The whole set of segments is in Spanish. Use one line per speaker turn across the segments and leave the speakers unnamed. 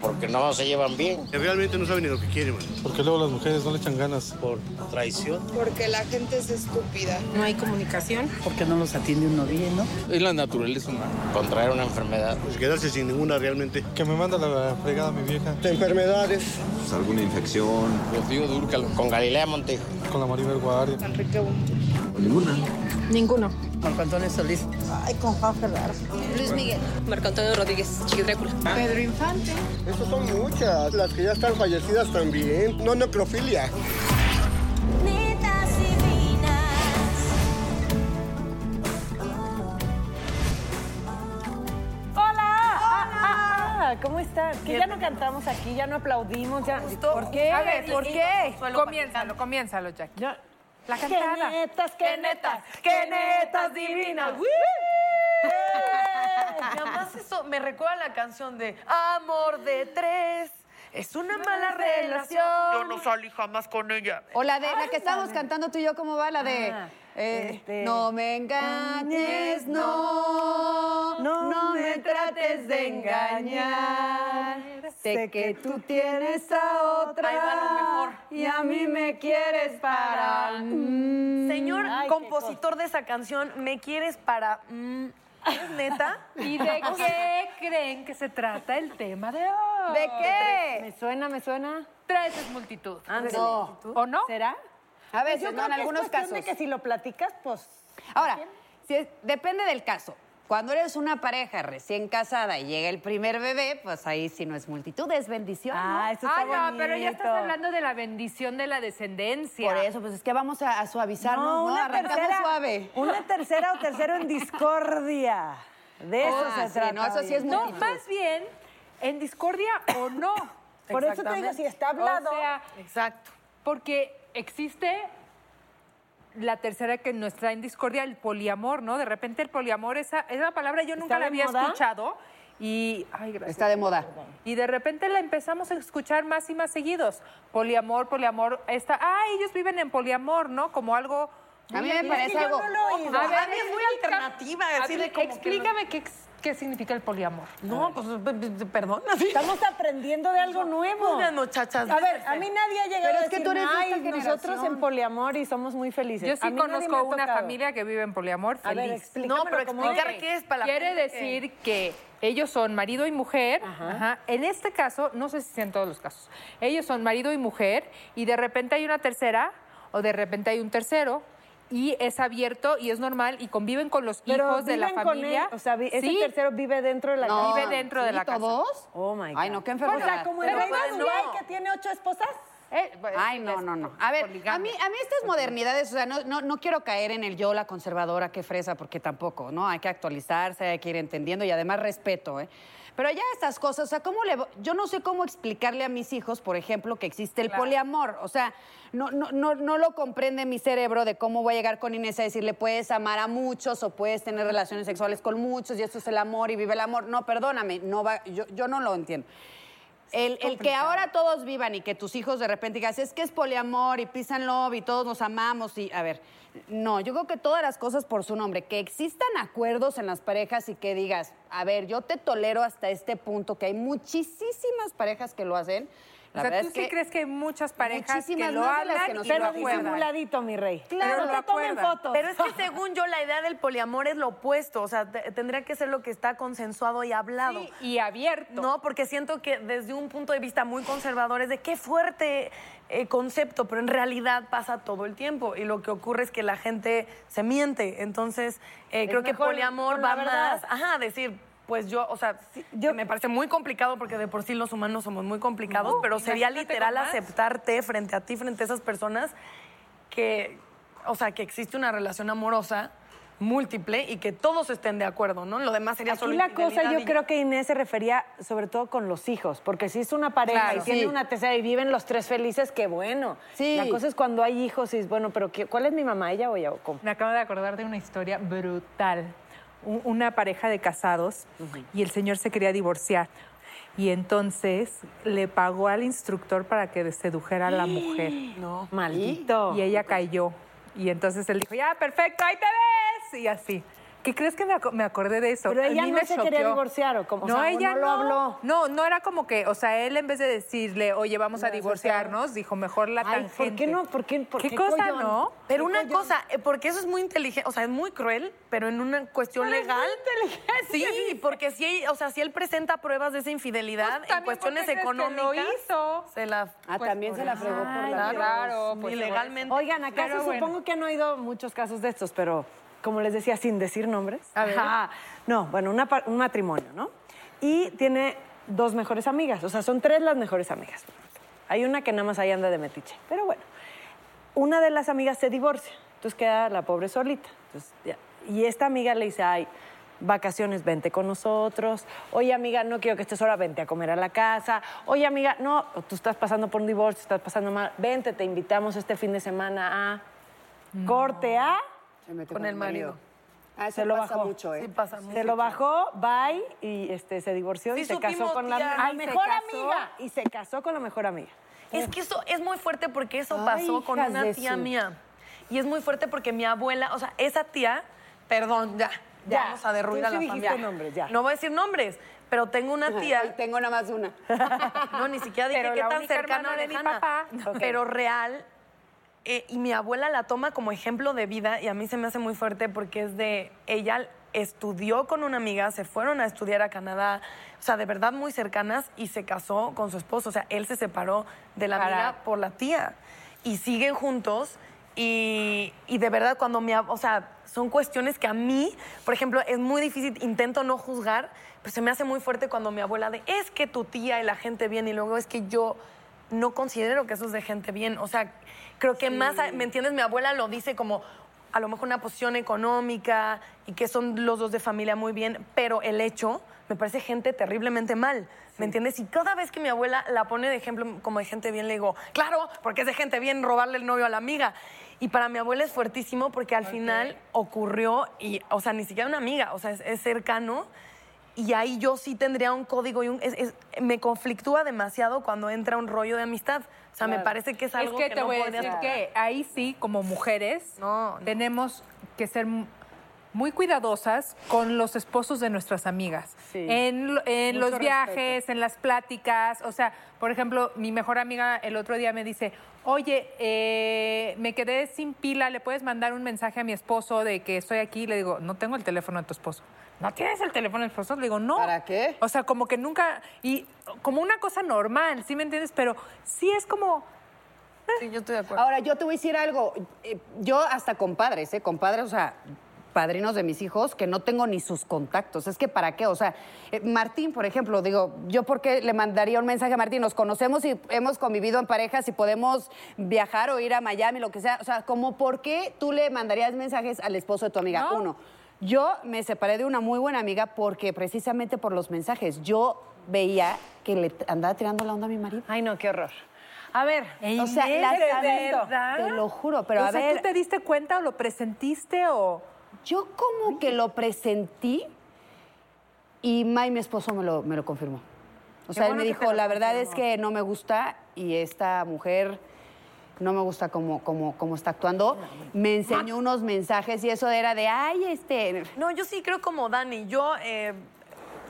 porque no se llevan bien.
Realmente no saben ni lo que quieren, man.
Porque luego las mujeres no le echan ganas.
Por traición.
Porque la gente es estúpida.
No hay comunicación.
Porque no los atiende uno bien, ¿no?
Es la naturaleza humana.
Contraer una enfermedad.
Pues quedarse sin ninguna realmente.
Que me manda la fregada mi vieja.
Enfermedades.
Pues alguna infección.
Rocío Dúrcalo.
Con Galilea Montijo.
Con la Maribel Guardia.
Enrique Bunto.
Ninguna.
Ninguno.
Marco Antonio Solís.
Ay, con Juan Ferrara. Luis Miguel.
Marco Antonio Rodríguez, Chiqui Drácula.
Pedro Infante.
Esas son muchas. Las que ya están fallecidas también. No necrofilia.
Hola, ¿Cómo están? Que ya no cantamos aquí, ya no aplaudimos, ya. ¿Por qué?
A ver,
¿por
sí,
qué?
Consuelo
Comiénzalo, comiénzalo, Jackie. La cantada. Qué netas, qué netas, qué netas divinas.
Y además eso me recuerda a la canción de Amor de tres. Es una mala relación. Yo no salí jamás con ella.
O la de la que estábamos cantando tú y yo, ¿cómo va? La de.
Ah,
eh,
este.
No me engañes, no.
No
No,
me
me trates de engañar. Sé que tú tienes a otra.
Ahí va lo mejor.
Y a mí me quieres para. mm.
Señor
Ay, qué
compositor de esa canción, ¿me quieres para...? mm, ¿Es neta?
¿Y de qué creen que se trata el tema de hoy?
¿De qué?
Me suena, me suena. Tres es multitud.
Ah, No.
¿O no? Pues ¿Será?
A veces, no, en algunos casos.
si lo platicas, pues.
Ahora, si es- depende del caso. Cuando eres una pareja recién casada y llega el primer bebé, pues ahí sí no es multitud, es bendición. ¿no?
Ah, eso está no, pero ya estás hablando de la bendición de la descendencia.
Por eso, pues es que vamos a, a suavizarnos, ¿no? Arrancamos suave.
Una tercera o tercero en discordia. De
eso Ah, se sí, trata no, eso sí hoy. es
No,
multitud.
más bien en discordia o no.
Por eso te digo, si está hablado.
O sea,
Exacto.
porque existe la tercera que no está en discordia, el poliamor, ¿no? De repente el poliamor, esa, esa palabra yo nunca la había escuchado. Y, ay, gracias.
Está de moda.
Y de repente la empezamos a escuchar más y más seguidos. Poliamor, poliamor, esta. Ah, ellos viven en poliamor, ¿no? Como algo.
A mí me parece algo-
A ver,
A mí es muy
explica-
alternativa,
a
así
ver,
de como que
Explícame qué, ex- qué significa el poliamor.
No, pues, p- p- perdón.
Estamos aprendiendo de algo nuevo.
Unas muchachas.
A ver, a mí
nadie ha
Pero es que tú eres de esta generación.
poliamor y somos muy felices. Yo sí conozco una familia que vive en poliamor feliz.
ver, explícamelo No, pero cómo explicar es. qué es para la
Quiere
gente que-
decir que... ellos son marido y mujer. ajá. En este caso, no sé si sea en todos los casos. Ellos son marido y mujer y de repente hay una tercera o de repente hay un tercero. Y es abierto y es normal y conviven con los hijos de la familia. Sí,
vive dentro de la
casa. Vive dentro de la casa.
¿Todos?
Oh, my
Ay,
God.
no, qué
Bueno,
enfermedad.
como en Pero
Pues
Reino bueno. Unido, que
tiene ocho esposas.
eh, pues,
Ay, no, no, no. A ver, a mí, a mí estas modernidades, o sea, no, no, no quiero caer en el yo, la conservadora, que fresa, porque tampoco, ¿no? Hay que actualizarse, hay que ir entendiendo y además respeto, ¿eh? Pero ya estas cosas, o sea, ¿cómo le.? vo- Yo no sé cómo explicarle a mis hijos, por ejemplo, que existe el poliamor. O sea, no, no, no, no lo comprende mi cerebro de cómo voy a llegar con Inés a decirle, puedes amar a muchos o puedes tener relaciones sexuales con muchos y esto es el amor y vive el amor. No, perdóname, no va, yo, yo no lo entiendo. El, el que ahora todos vivan y que tus hijos de repente digas, es que es poliamor y pisan love y todos nos amamos y, a ver, no, yo creo que todas las cosas por su nombre, que existan acuerdos en las parejas y que digas, a ver, yo te tolero hasta este punto, que hay muchísimas parejas que lo hacen,
La
o sea,
verdad
¿tú
es
sí
que
crees que hay muchas parejas
Muchísimas
que lo
más de las
hablan
que
y
nos
lo
Pero
acuerdan?
disimuladito, mi rey.
Pero
Claro,
lo
no tomen
acuerdan.
fotos.
Pero es que según yo la idea del poliamor es lo opuesto, o sea, te- tendría que ser lo que está consensuado y hablado.
y abierto.
No, porque siento que desde un punto de vista muy conservador es de qué fuerte eh, concepto, pero en realidad pasa todo el tiempo y lo que ocurre es que la gente se miente, entonces eh,
Es
creo que
mejor
poliamor
con la
va
verdad.
más, ajá, decir pues yo, o sea, sí, que me parece muy complicado porque de por sí los humanos somos muy complicados,
No,
pero sería
imagínate con
literal
más.
aceptarte frente a ti, frente a esas personas que, o sea, que existe una relación amorosa múltiple y que todos estén de acuerdo, ¿no? Lo demás sería
Aquí
solo
la cosa
infidelidad
yo
y ya.
creo que Inés se refería sobre todo con los hijos, porque si es una pareja
Claro.
y tiene
Sí.
una tercera y viven los tres felices, qué bueno.
Sí.
La cosa es cuando hay hijos y es, bueno, pero qué- ¿cuál es mi mamá, ella o yo? ¿Cómo?
Me acabo de acordar de una historia brutal. U- Una pareja de casados y el señor se quería divorciar. Y entonces le pagó al instructor para que sedujera a la mujer.
No. Maldito.
Oh, Y ella cayó. Y entonces él dijo, ya, perfecto, ahí te ves. Y así. ¿Qué crees que me, aco- me acordé de eso?
Pero
A
ella
mí
no
me
se quería
choqueó.
divorciar, ¿o cómo? O
No,
sea, ¿o
ella no,
no lo habló?
No, no era como que, o sea, él en vez de decirle, oye, vamos a divorciarnos, dijo, mejor la
Ay,
tangente.
¿por qué no? ¿Por qué, por
¿Qué cosa, no?
Pero una cosa, eh, porque eso es muy inteligente, o sea, es muy cruel, pero en una cuestión legal. Sí, porque si, él- o sea, si él presenta pruebas de esa
Pues
infidelidad en cuestiones económicas, se la pues, ah,
Ah, también se la fregó por
Ay,
la
Dios.
claro, pues,
ilegalmente.
Oigan, acá
Pero bueno.
supongo que han oído muchos casos de estos, pero como les decía, sin decir nombres.
A ver.
Ajá. No, bueno, una pa- un matrimonio, ¿no? Y tiene dos mejores amigas, o sea, son tres las mejores amigas. Hay una que nada más ahí anda de metiche, pero bueno. Una de las amigas se divorcia, entonces queda la pobre solita. Entonces, ya- y esta amiga le dice, ay, vacaciones, vente con nosotros. Oye, amiga, no quiero que estés sola, vente a comer a la casa. Oye, amiga, no, tú estás pasando por un divorcio, estás pasando mal, vente, te invitamos este fin de semana a... Corte A,
con el marido.
Ah, eso
se lo
pasa
bajó.
mucho, ¿eh?
Sí, pasa mucho.
Se lo bajó, bye, y este, se divorció
Sí
y se
supimos,
casó con la,
tía.
la
Ay, se
mejor
casó.
amiga. Y se casó con la mejor amiga.
Es que eso es muy fuerte porque eso
Ay,
pasó con
hijas
una
de
tía
su-
mía. Y es muy fuerte porque mi abuela, o sea, esa tía, perdón, ya, ya,
Ya.
vamos a derruir
Tú
a
sí
la
dijiste
familia.
nombres, ya.
No voy a decir nombres, pero tengo una
Ay,
tía,
tengo nada más una.
no, ni siquiera dije
Pero
qué
la
tan
única
cercana
hermana
o
de mi
lejana,
papá. Ok.
pero real. eh, y mi abuela la toma como ejemplo de vida y a mí se me hace muy fuerte porque es de ella estudió con una amiga, se fueron a estudiar a Canadá, o sea, de verdad muy cercanas y se casó con su esposo, o sea, él se separó de la
Para-
amiga por la tía y siguen juntos y, y de verdad cuando me, ab- o sea, son cuestiones que a mí, por ejemplo, es muy difícil, intento no juzgar, pero se me hace muy fuerte cuando mi abuela de, es que tu tía y la gente bien y luego es que yo no considero que eso es de gente bien, o sea, creo que más, a- ¿me entiendes? Mi abuela lo dice como a lo mejor una posición económica y que son los dos de familia muy bien, pero el hecho me parece gente terriblemente mal, ¿me entiendes? Y cada vez que mi abuela la pone de ejemplo como de gente bien, le digo, claro, porque es de gente bien robarle el novio a la amiga. Y para mi abuela es fuertísimo porque al final ocurrió, y, o sea, ni siquiera una amiga, o sea, es, es cercano. Y ahí yo sí tendría un código y un, es- es- me conflictúa demasiado cuando entra un rollo de amistad. O sea, me parece que es algo
que,
que,
te
no
voy a
podrías
decir
tocar.
que ahí sí, como mujeres,
No, no.
tenemos que ser m- muy cuidadosas con los esposos de nuestras amigas.
Sí.
En, lo- en los
Mucho respeto.
viajes, en las pláticas. O sea, por ejemplo, mi mejor amiga el otro día me dice, oye, eh, me quedé sin pila, ¿le puedes mandar un mensaje a mi esposo de que estoy aquí? Le digo, no tengo el teléfono de tu esposo. ¿No tienes el teléfono de tu esposo? Le digo, no.
¿Para qué?
O sea, como que nunca... Y como una cosa normal, ¿sí me entiendes? Pero sí es como...
Sí, yo estoy de acuerdo.
Ahora, yo te voy a decir algo. Eh, Yo hasta compadres, ¿eh? Compadres, o sea, padrinos de mis hijos que no tengo ni sus contactos. Es que para qué, o sea, eh, Martín, por ejemplo, digo, yo porque le mandaría un mensaje a Martín, nos conocemos y hemos convivido en parejas y podemos viajar o ir a Miami, lo que sea. O sea, como por qué tú le mandarías mensajes al esposo de tu amiga?
No.
Uno. Yo me separé de una muy buena amiga porque precisamente por los mensajes. Yo veía que le andaba tirando la onda a mi marido.
Ay, no, qué horror. A ver,
O sea,
Inés,
la
¿de
sabía,
verdad?
te lo juro, pero
o
a
sea,
ver,
¿tú te diste cuenta o lo presentiste o...?
yo como que lo presentí y May, mi esposo, me lo, me lo confirmó. O sea, él
bueno
me
que te
dijo,
lo
la verdad es
confirmó".
que no me gusta y esta mujer no me gusta cómo, cómo, cómo está actuando. Me enseñó
Ah.
unos mensajes y eso era de, ay, este...
No, yo sí creo como Dani. Yo, eh,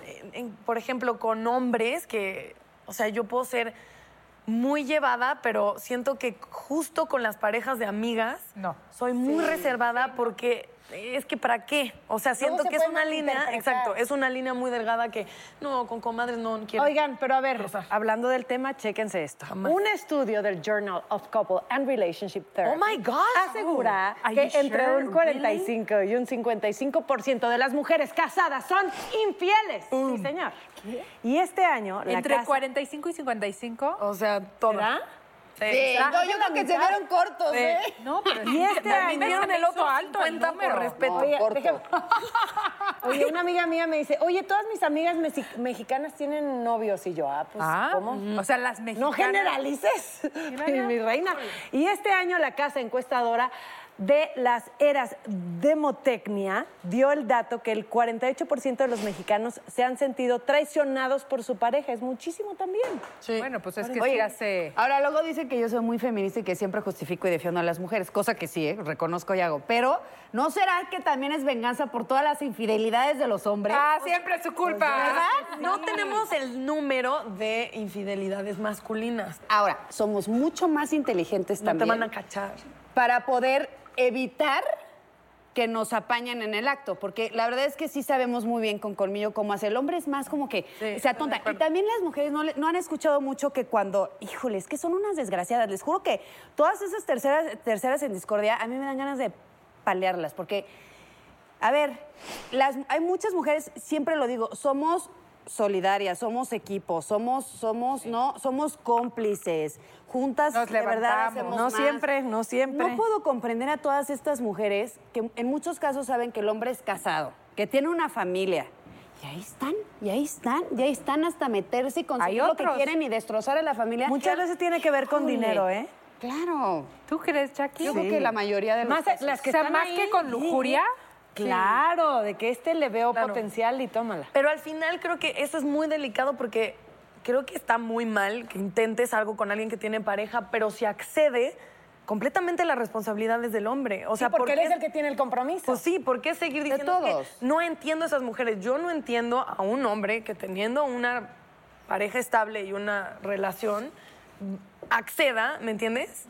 en- en- por ejemplo, con hombres que, o sea, yo puedo ser muy llevada, pero siento que justo con las parejas de amigas
no.
soy muy reservada porque es que para qué. O sea, siento
se
que es
puede
una línea,
malinterpretar.
exacto, es una línea muy delgada que no, con comadres no quiero.
Oigan, pero a ver, hablando del tema, chéquense esto. Un estudio del Journal of Couple and Relationship Therapy
Oh, my God.
asegura
Are
que
you
entre
sure?
un 45 y un 55% de las mujeres casadas son infieles.
Mm.
Sí, señor. Y este año la
Entre
casa-
45 y 55.
O sea, toda.
Sí,
Sí,
¿será?
no, yo creo que se vieron cortos, ¿eh?
No, pero
Y este
me
año-
dieron el otro alto, el número.
Oye, déjame- Oye, una amiga mía me dice, oye, todas mis amigas mexi- mexicanas tienen novios. Y yo, ah, pues,
Ah,
¿cómo?
ujú. O sea, las mexicanas.
No generalices, mi, mi reina. Y este año la casa encuestadora de las eras demotecnia dio el dato que el 48% de los mexicanos se han sentido traicionados por su pareja. Es muchísimo también.
Bueno, pues es que
Oye,
sí hace...
Ahora luego dicen que yo soy muy feminista y que siempre justifico y defiendo a las mujeres, cosa que sí, ¿eh? reconozco y hago. Pero ¿no será que también es venganza por todas las infidelidades de los hombres?
Ah, siempre es su culpa.
Pues,
Ah,
¿Verdad?
No tenemos el número de infidelidades masculinas.
Ahora, somos mucho más inteligentes
No te
también.
van a cachar.
para poder evitar que nos apañen en el acto, porque la verdad es que sí sabemos muy bien con colmillo cómo hacer. El hombre es más como que se atonta. Y también las mujeres no, le- no han escuchado mucho que cuando, híjole, es que son unas desgraciadas. Les juro que todas esas terceras, terceras en discordia a mí me dan ganas de palearlas, porque, a ver, las, hay muchas mujeres, siempre lo digo, somos solidarias, somos equipo, somos, somos, no, somos cómplices. Juntas,
Nos
de verdad,
levantamos.
hacemos
No
más.
siempre, no siempre.
No puedo comprender a todas estas mujeres que en muchos casos saben que el hombre es casado, que tiene una familia. Y ahí están, y ahí están, y ahí están hasta meterse y
Hay
conseguir lo que
otros.
quieren y destrozar a la familia.
Muchas veces tiene que ver con
Híjole.
dinero, ¿eh?
Claro.
¿Tú crees, Jackie?
Yo creo que la mayoría de los
Más
casos.
las que
O sea,
están
más
ahí,
que con lujuria.
sí. Claro, de que este le veo potencial y tómala.
Pero al final creo que eso es muy delicado porque creo que está muy mal que intentes algo con alguien que tiene pareja, pero si accede, completamente la responsabilidad es del hombre. O sea,
porque
¿por
él
qué-
es el que tiene el compromiso.
Pues sí, ¿por qué seguir
De
diciendo que
todos.
no entiendo a esas mujeres? Yo no entiendo a un hombre que teniendo una pareja estable y una relación acceda, ¿me entiendes?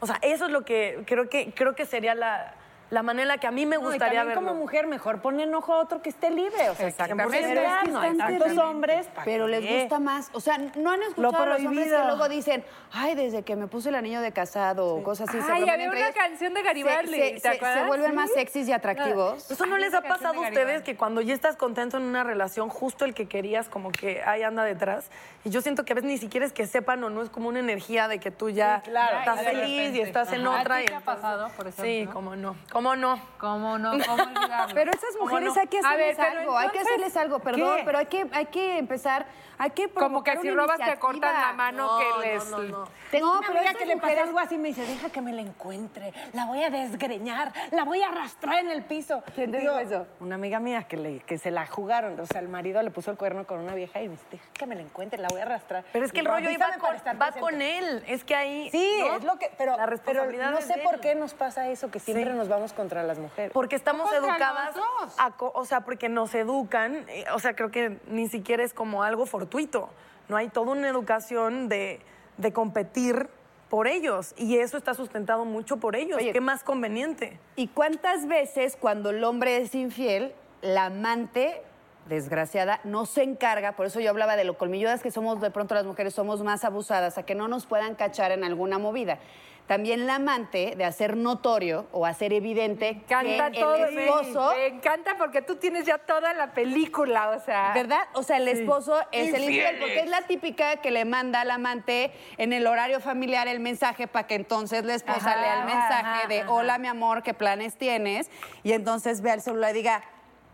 O sea, eso es lo que creo que creo que sería la, la manera en la que a mí me
No, y
gustaría
también
verlo.
como mujer, mejor pone enojo a otro que esté libre. O sea,
Exactamente.
siempre
Pero es
será,
que
no
están
hay tantos
terribles,
hombres.
Pero les gusta más. O sea, no han
Lo
escuchado a los hombres
prohibido.
que luego dicen, ay, desde que me puse el anillo de casado o cosas así. se
Ay,
bromean
había
entre
una
ellos.
canción de
Se-
Garibaldi,
Se,
¿te
se- se
acuerdas?
vuelven más
Sí. Ah, pues
sexys y atractivos.
¿Eso no
Ay,
les
esa
ha
canción
pasado
de
a
Garibaldi.
ustedes que cuando ya estás contento en una relación, justo el que querías como que ahí anda detrás? Y yo siento que a veces ni siquiera es que sepan o no es como una energía de que tú ya
claro.
estás
Ay, de
feliz
repente.
y estás en
Ajá. ¿A
otra.
ti
y
te ha pasado, por
Sí,
ejemplo?
cómo no. ¿Cómo no?
¿Cómo no? ¿Cómo olvidarlo?
Pero esas
¿Cómo
mujeres
no?
hay que
A ver,
hacerles
pero
algo, hay que
entonces,
hacerles algo, perdón,
¿qué?
pero hay que, hay que empezar, hay que
Como que
provocar
si
una
robas te
iniciativa.
cortan la mano
No,
que les...
no, no, no.
Tengo
No,
una
pero
amiga
esas
que le
mujeres-
pasa algo así y me dice, deja que me la encuentre, la voy a desgreñar, la voy a arrastrar en el piso.
¿Quién te dijo eso?
Una amiga mía que, le, que se la jugaron, o sea, el marido le puso el cuerno con una vieja y me dice, deja que me la encuentre, la voy a arrastrar.
Pero es que el
Digo,
rollo iba
"Avísame para estar
con, va
presente".
con él. Es que ahí.
Sí,
¿no?
es lo que, pero,
La
pero
responsabilidad
no
es
sé
de
por
él.
qué nos pasa eso, que siempre
Sí.
nos vamos contra las mujeres.
Porque estamos
Contra
educadas,
los dos.
a co- o sea, porque nos educan, eh, o sea, creo que ni siquiera es como algo fortuito, no hay toda una educación de, de competir por ellos y eso está sustentado mucho por ellos,
Oye.
qué más conveniente.
¿Y cuántas veces cuando el hombre es infiel, la amante desgraciada no se encarga, por eso yo hablaba de lo colmilludas que somos de pronto las mujeres somos más abusadas a que no nos puedan cachar en alguna movida. También la amante de hacer notorio o hacer evidente
Canta
que
todo.
el esposo
Me encanta porque tú tienes ya toda la película, o sea...
¿Verdad? O sea, el esposo es el infiel, porque es la típica que le manda al amante en el horario familiar el mensaje para que entonces la esposa
Ajá,
lea el mensaje
ajá,
de
ajá.
hola mi amor, ¿qué planes tienes? Y entonces ve al celular y diga,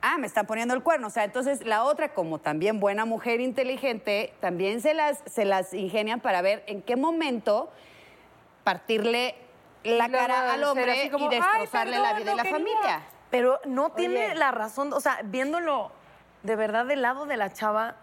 ah, me están poniendo el cuerno. O sea, entonces la otra, como también buena mujer inteligente, también se las, se las ingenian para ver en qué momento partirle la
luego
cara al
ser
hombre
así como,
y
"Ay,
destrozarle la
perdón,
vida y
no
la
quería".
familia.
Pero no tiene la razón, o sea, viéndolo de verdad del lado de la chava,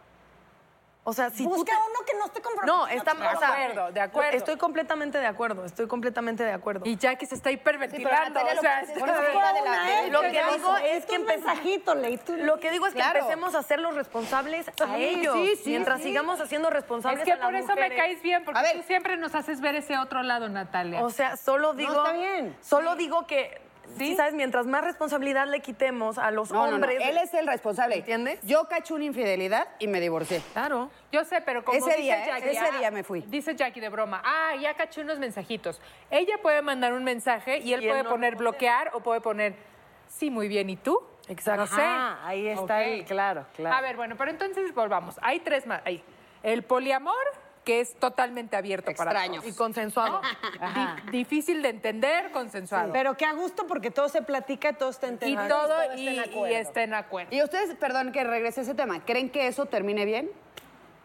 o O sea, si tú
Busca
te-
uno que no esté comprometido.
No, está,
chica.
o sea, Estoy completamente de acuerdo, estoy completamente de acuerdo. Y
Jackie se está hiperventilando.
o sea,
Por fuera de
Ah,
la-
Ah, lo que
de la-
digo es que
un
empezamos
mensajito, Ley, tú-
lo que digo es que
Claro.
empecemos a ser los responsables a
Sí,
ellos.
sí, sí,
mientras
sí.
sigamos haciendo responsables
Es que
a las
por eso me
mujeres.
caes bien, porque tú siempre nos haces ver ese otro lado, Natalia.
O sea, solo digo.
está bien.
Solo digo que. ¿Sí? ¿Sabes? Mientras más responsabilidad le quitemos a los
No, no, no,
hombres.
Él es el responsable. ¿Entiendes? Yo caché una infidelidad y me divorcié.
Claro.
Yo sé, pero como
Ese
dice
día, ¿eh?
Jackie,
Ese
ah,
día me fui.
Dice Jackie de broma, ah, ya caché unos mensajitos. Ella puede mandar un mensaje y él
Y él
puede
no
poner bloquear o puede poner, sí, muy bien, ¿y tú?
Exacto.
No sé.
Ajá, ahí está
Ok.
el- claro, claro.
A ver, bueno, pero entonces volvamos. Hay tres más. Ahí. El poliamor, que es totalmente abierto para
Extraños.
todos. Y consensuado.
Ajá.
Di- difícil de entender, consensuado.
Pero que a gusto porque todo se platica, todo está
y
entendido.
todo, y, y
este
está en acuerdo.
Y ustedes, perdón que regrese a ese tema, ¿creen que eso termine bien?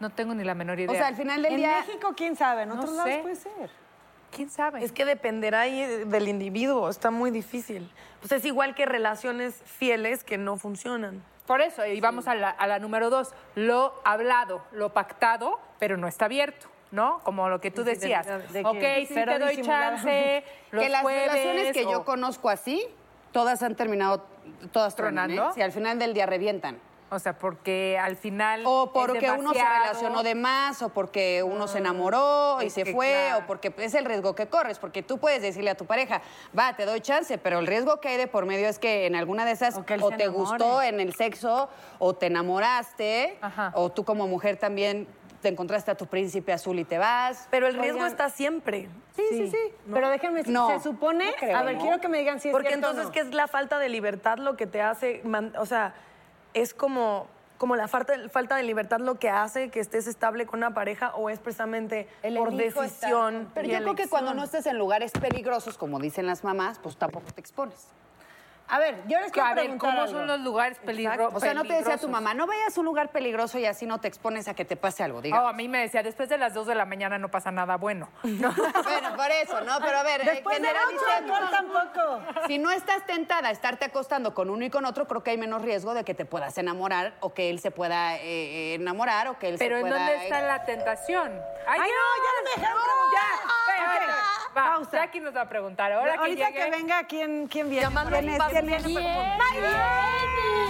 No tengo ni la menor idea.
O sea, al final del
En
día...
México, quién sabe, en otros
No
lados
sé.
puede ser.
¿Quién sabe?
Es que dependerá ahí del individuo, está muy difícil. Pues es igual que relaciones fieles que no funcionan.
Por eso, y vamos a la, a la número dos, lo hablado, lo pactado, pero no está abierto, ¿no? Como lo que tú decías.
¿De qué?
ok, sí
Pero
te doy chance,
disimuladamente.
los
que las
jueves,
relaciones que yo
o-
conozco así, todas han terminado, todas tronando.
¿Tronando?
Si al final del día revientan.
O sea, porque al final
O
es
porque uno se
demasiado.
relacionó de más, o porque uno se enamoró y
es
se
que
fue,
claro.
o porque es el riesgo que corres, porque tú puedes decirle a tu pareja, va, te doy chance, pero el riesgo que hay de por medio es que en alguna de esas o,
que él se
te
enamore.
gustó en el sexo, o te enamoraste,
Ajá.
o tú como mujer también te encontraste a tu príncipe azul y te vas.
Pero el riesgo
Oigan.
está siempre.
Sí, sí, sí. Pero déjenme decir,
No.
se supone.
No creo,
a ver,
¿no?
quiero que me digan si es
Porque
cierto o
entonces,
no.
¿qué es la falta de libertad lo que te hace? man- o sea, es como, como la falta, falta de libertad lo que hace que estés estable con una pareja o es precisamente por decisión.
Pero
y
yo creo que
elección?
cuando no estés en lugares peligrosos, como dicen las mamás, pues tampoco te expones.
A ver, yo les quiero
A ver,
preguntar.
¿cómo
algo.
son los lugares peligro- peligrosos?
O sea, no te decía tu mamá, no vayas a un lugar peligroso y así no te expones a que te pase algo, diga.
Oh, a mí me decía, después de las 2 de la mañana no pasa nada bueno.
Bueno, por eso, ¿no? Pero a ver, eh,
Después de ocho,
generalicemos.
alcohol tampoco.
Si no estás tentada a estarte acostando con uno y con otro, creo que hay menos riesgo de que te puedas enamorar o que él se pueda eh, enamorar o que él
Pero
se
¿en
pueda...
dónde está la tentación?
Ay, no, ya me dejaron
Ya,
preguntar.
espérate.
Ok,
Va,
pausa.
Jackie nos va a preguntar. Ahora
Ahorita que,
llegue-
venga, ¿quién, quién viene?
Llamando
¿Quién
a
es?
Pablo.
¿Quién viene?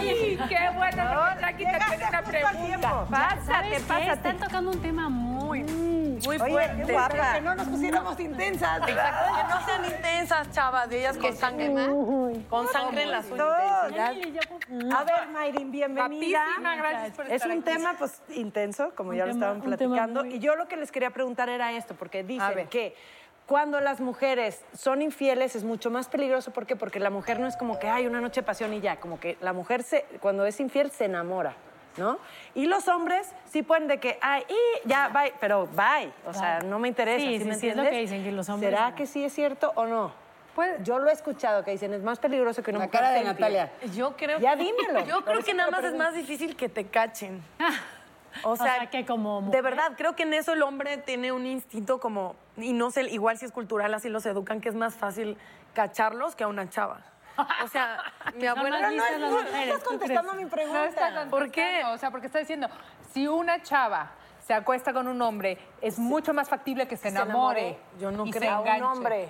¡Jenny! ¡Qué bueno! porque Jackie te
Llegaste
tengo
justo
una
a
pregunta.
tiempo.
Pásate, pásate.
Están tocando un tema muy.
Mm, Muy
Oye,
fuerte.
qué guapa. Que no nos pusiéramos intensas.
Exacto, que no sean intensas, chavas, de ellas con sangre. Con sangre en las uñas.
Todo.
Mm.
A ver, Mayrin, bienvenida.
Guapísima, gracias por
Es
estar
un
aquí.
tema pues intenso, como ya lo estaban
un tema
platicando. Y yo lo que les quería preguntar era esto, porque
ver.
dicen que cuando las mujeres son infieles es mucho más peligroso. ¿Por qué? Porque la mujer no es como que hay una noche de pasión y ya. Como que la mujer se, cuando es infiel se enamora. ¿No? Y los hombres sí pueden de que, ay, y ya, bye, pero bye. O sea, no me interesa.
Sí,
¿sí,
sí,
me
sí, es lo
entiendes?
que dicen, que los hombres
¿Será
no.
que sí es cierto o no?
Pues-
yo lo he escuchado que dicen, es más peligroso que una
La
mujer
cara de
sea infiel".
Natalia.
Yo creo
Ya dímelo.
Yo
Por
creo
eso
que
te
nada
lo
más es
pregunto.
más difícil que te cachen.
O sea, que como
De
mujer-
verdad, creo que en eso el hombre tiene un instinto como, y no sé, igual si es cultural, así los educan, que es más fácil cacharlos que a una chava. O sea, mi abuela...
más listas las
no,
mujeres,
Estás
¿tú
contestando
crees?
mi
No está
pregunta.
contestando,
¿Por qué?
O sea, porque está diciendo, si una chava se acuesta con un hombre, es mucho más factible que se enamore.
Yo no
y se
creo a
enganche.
un hombre.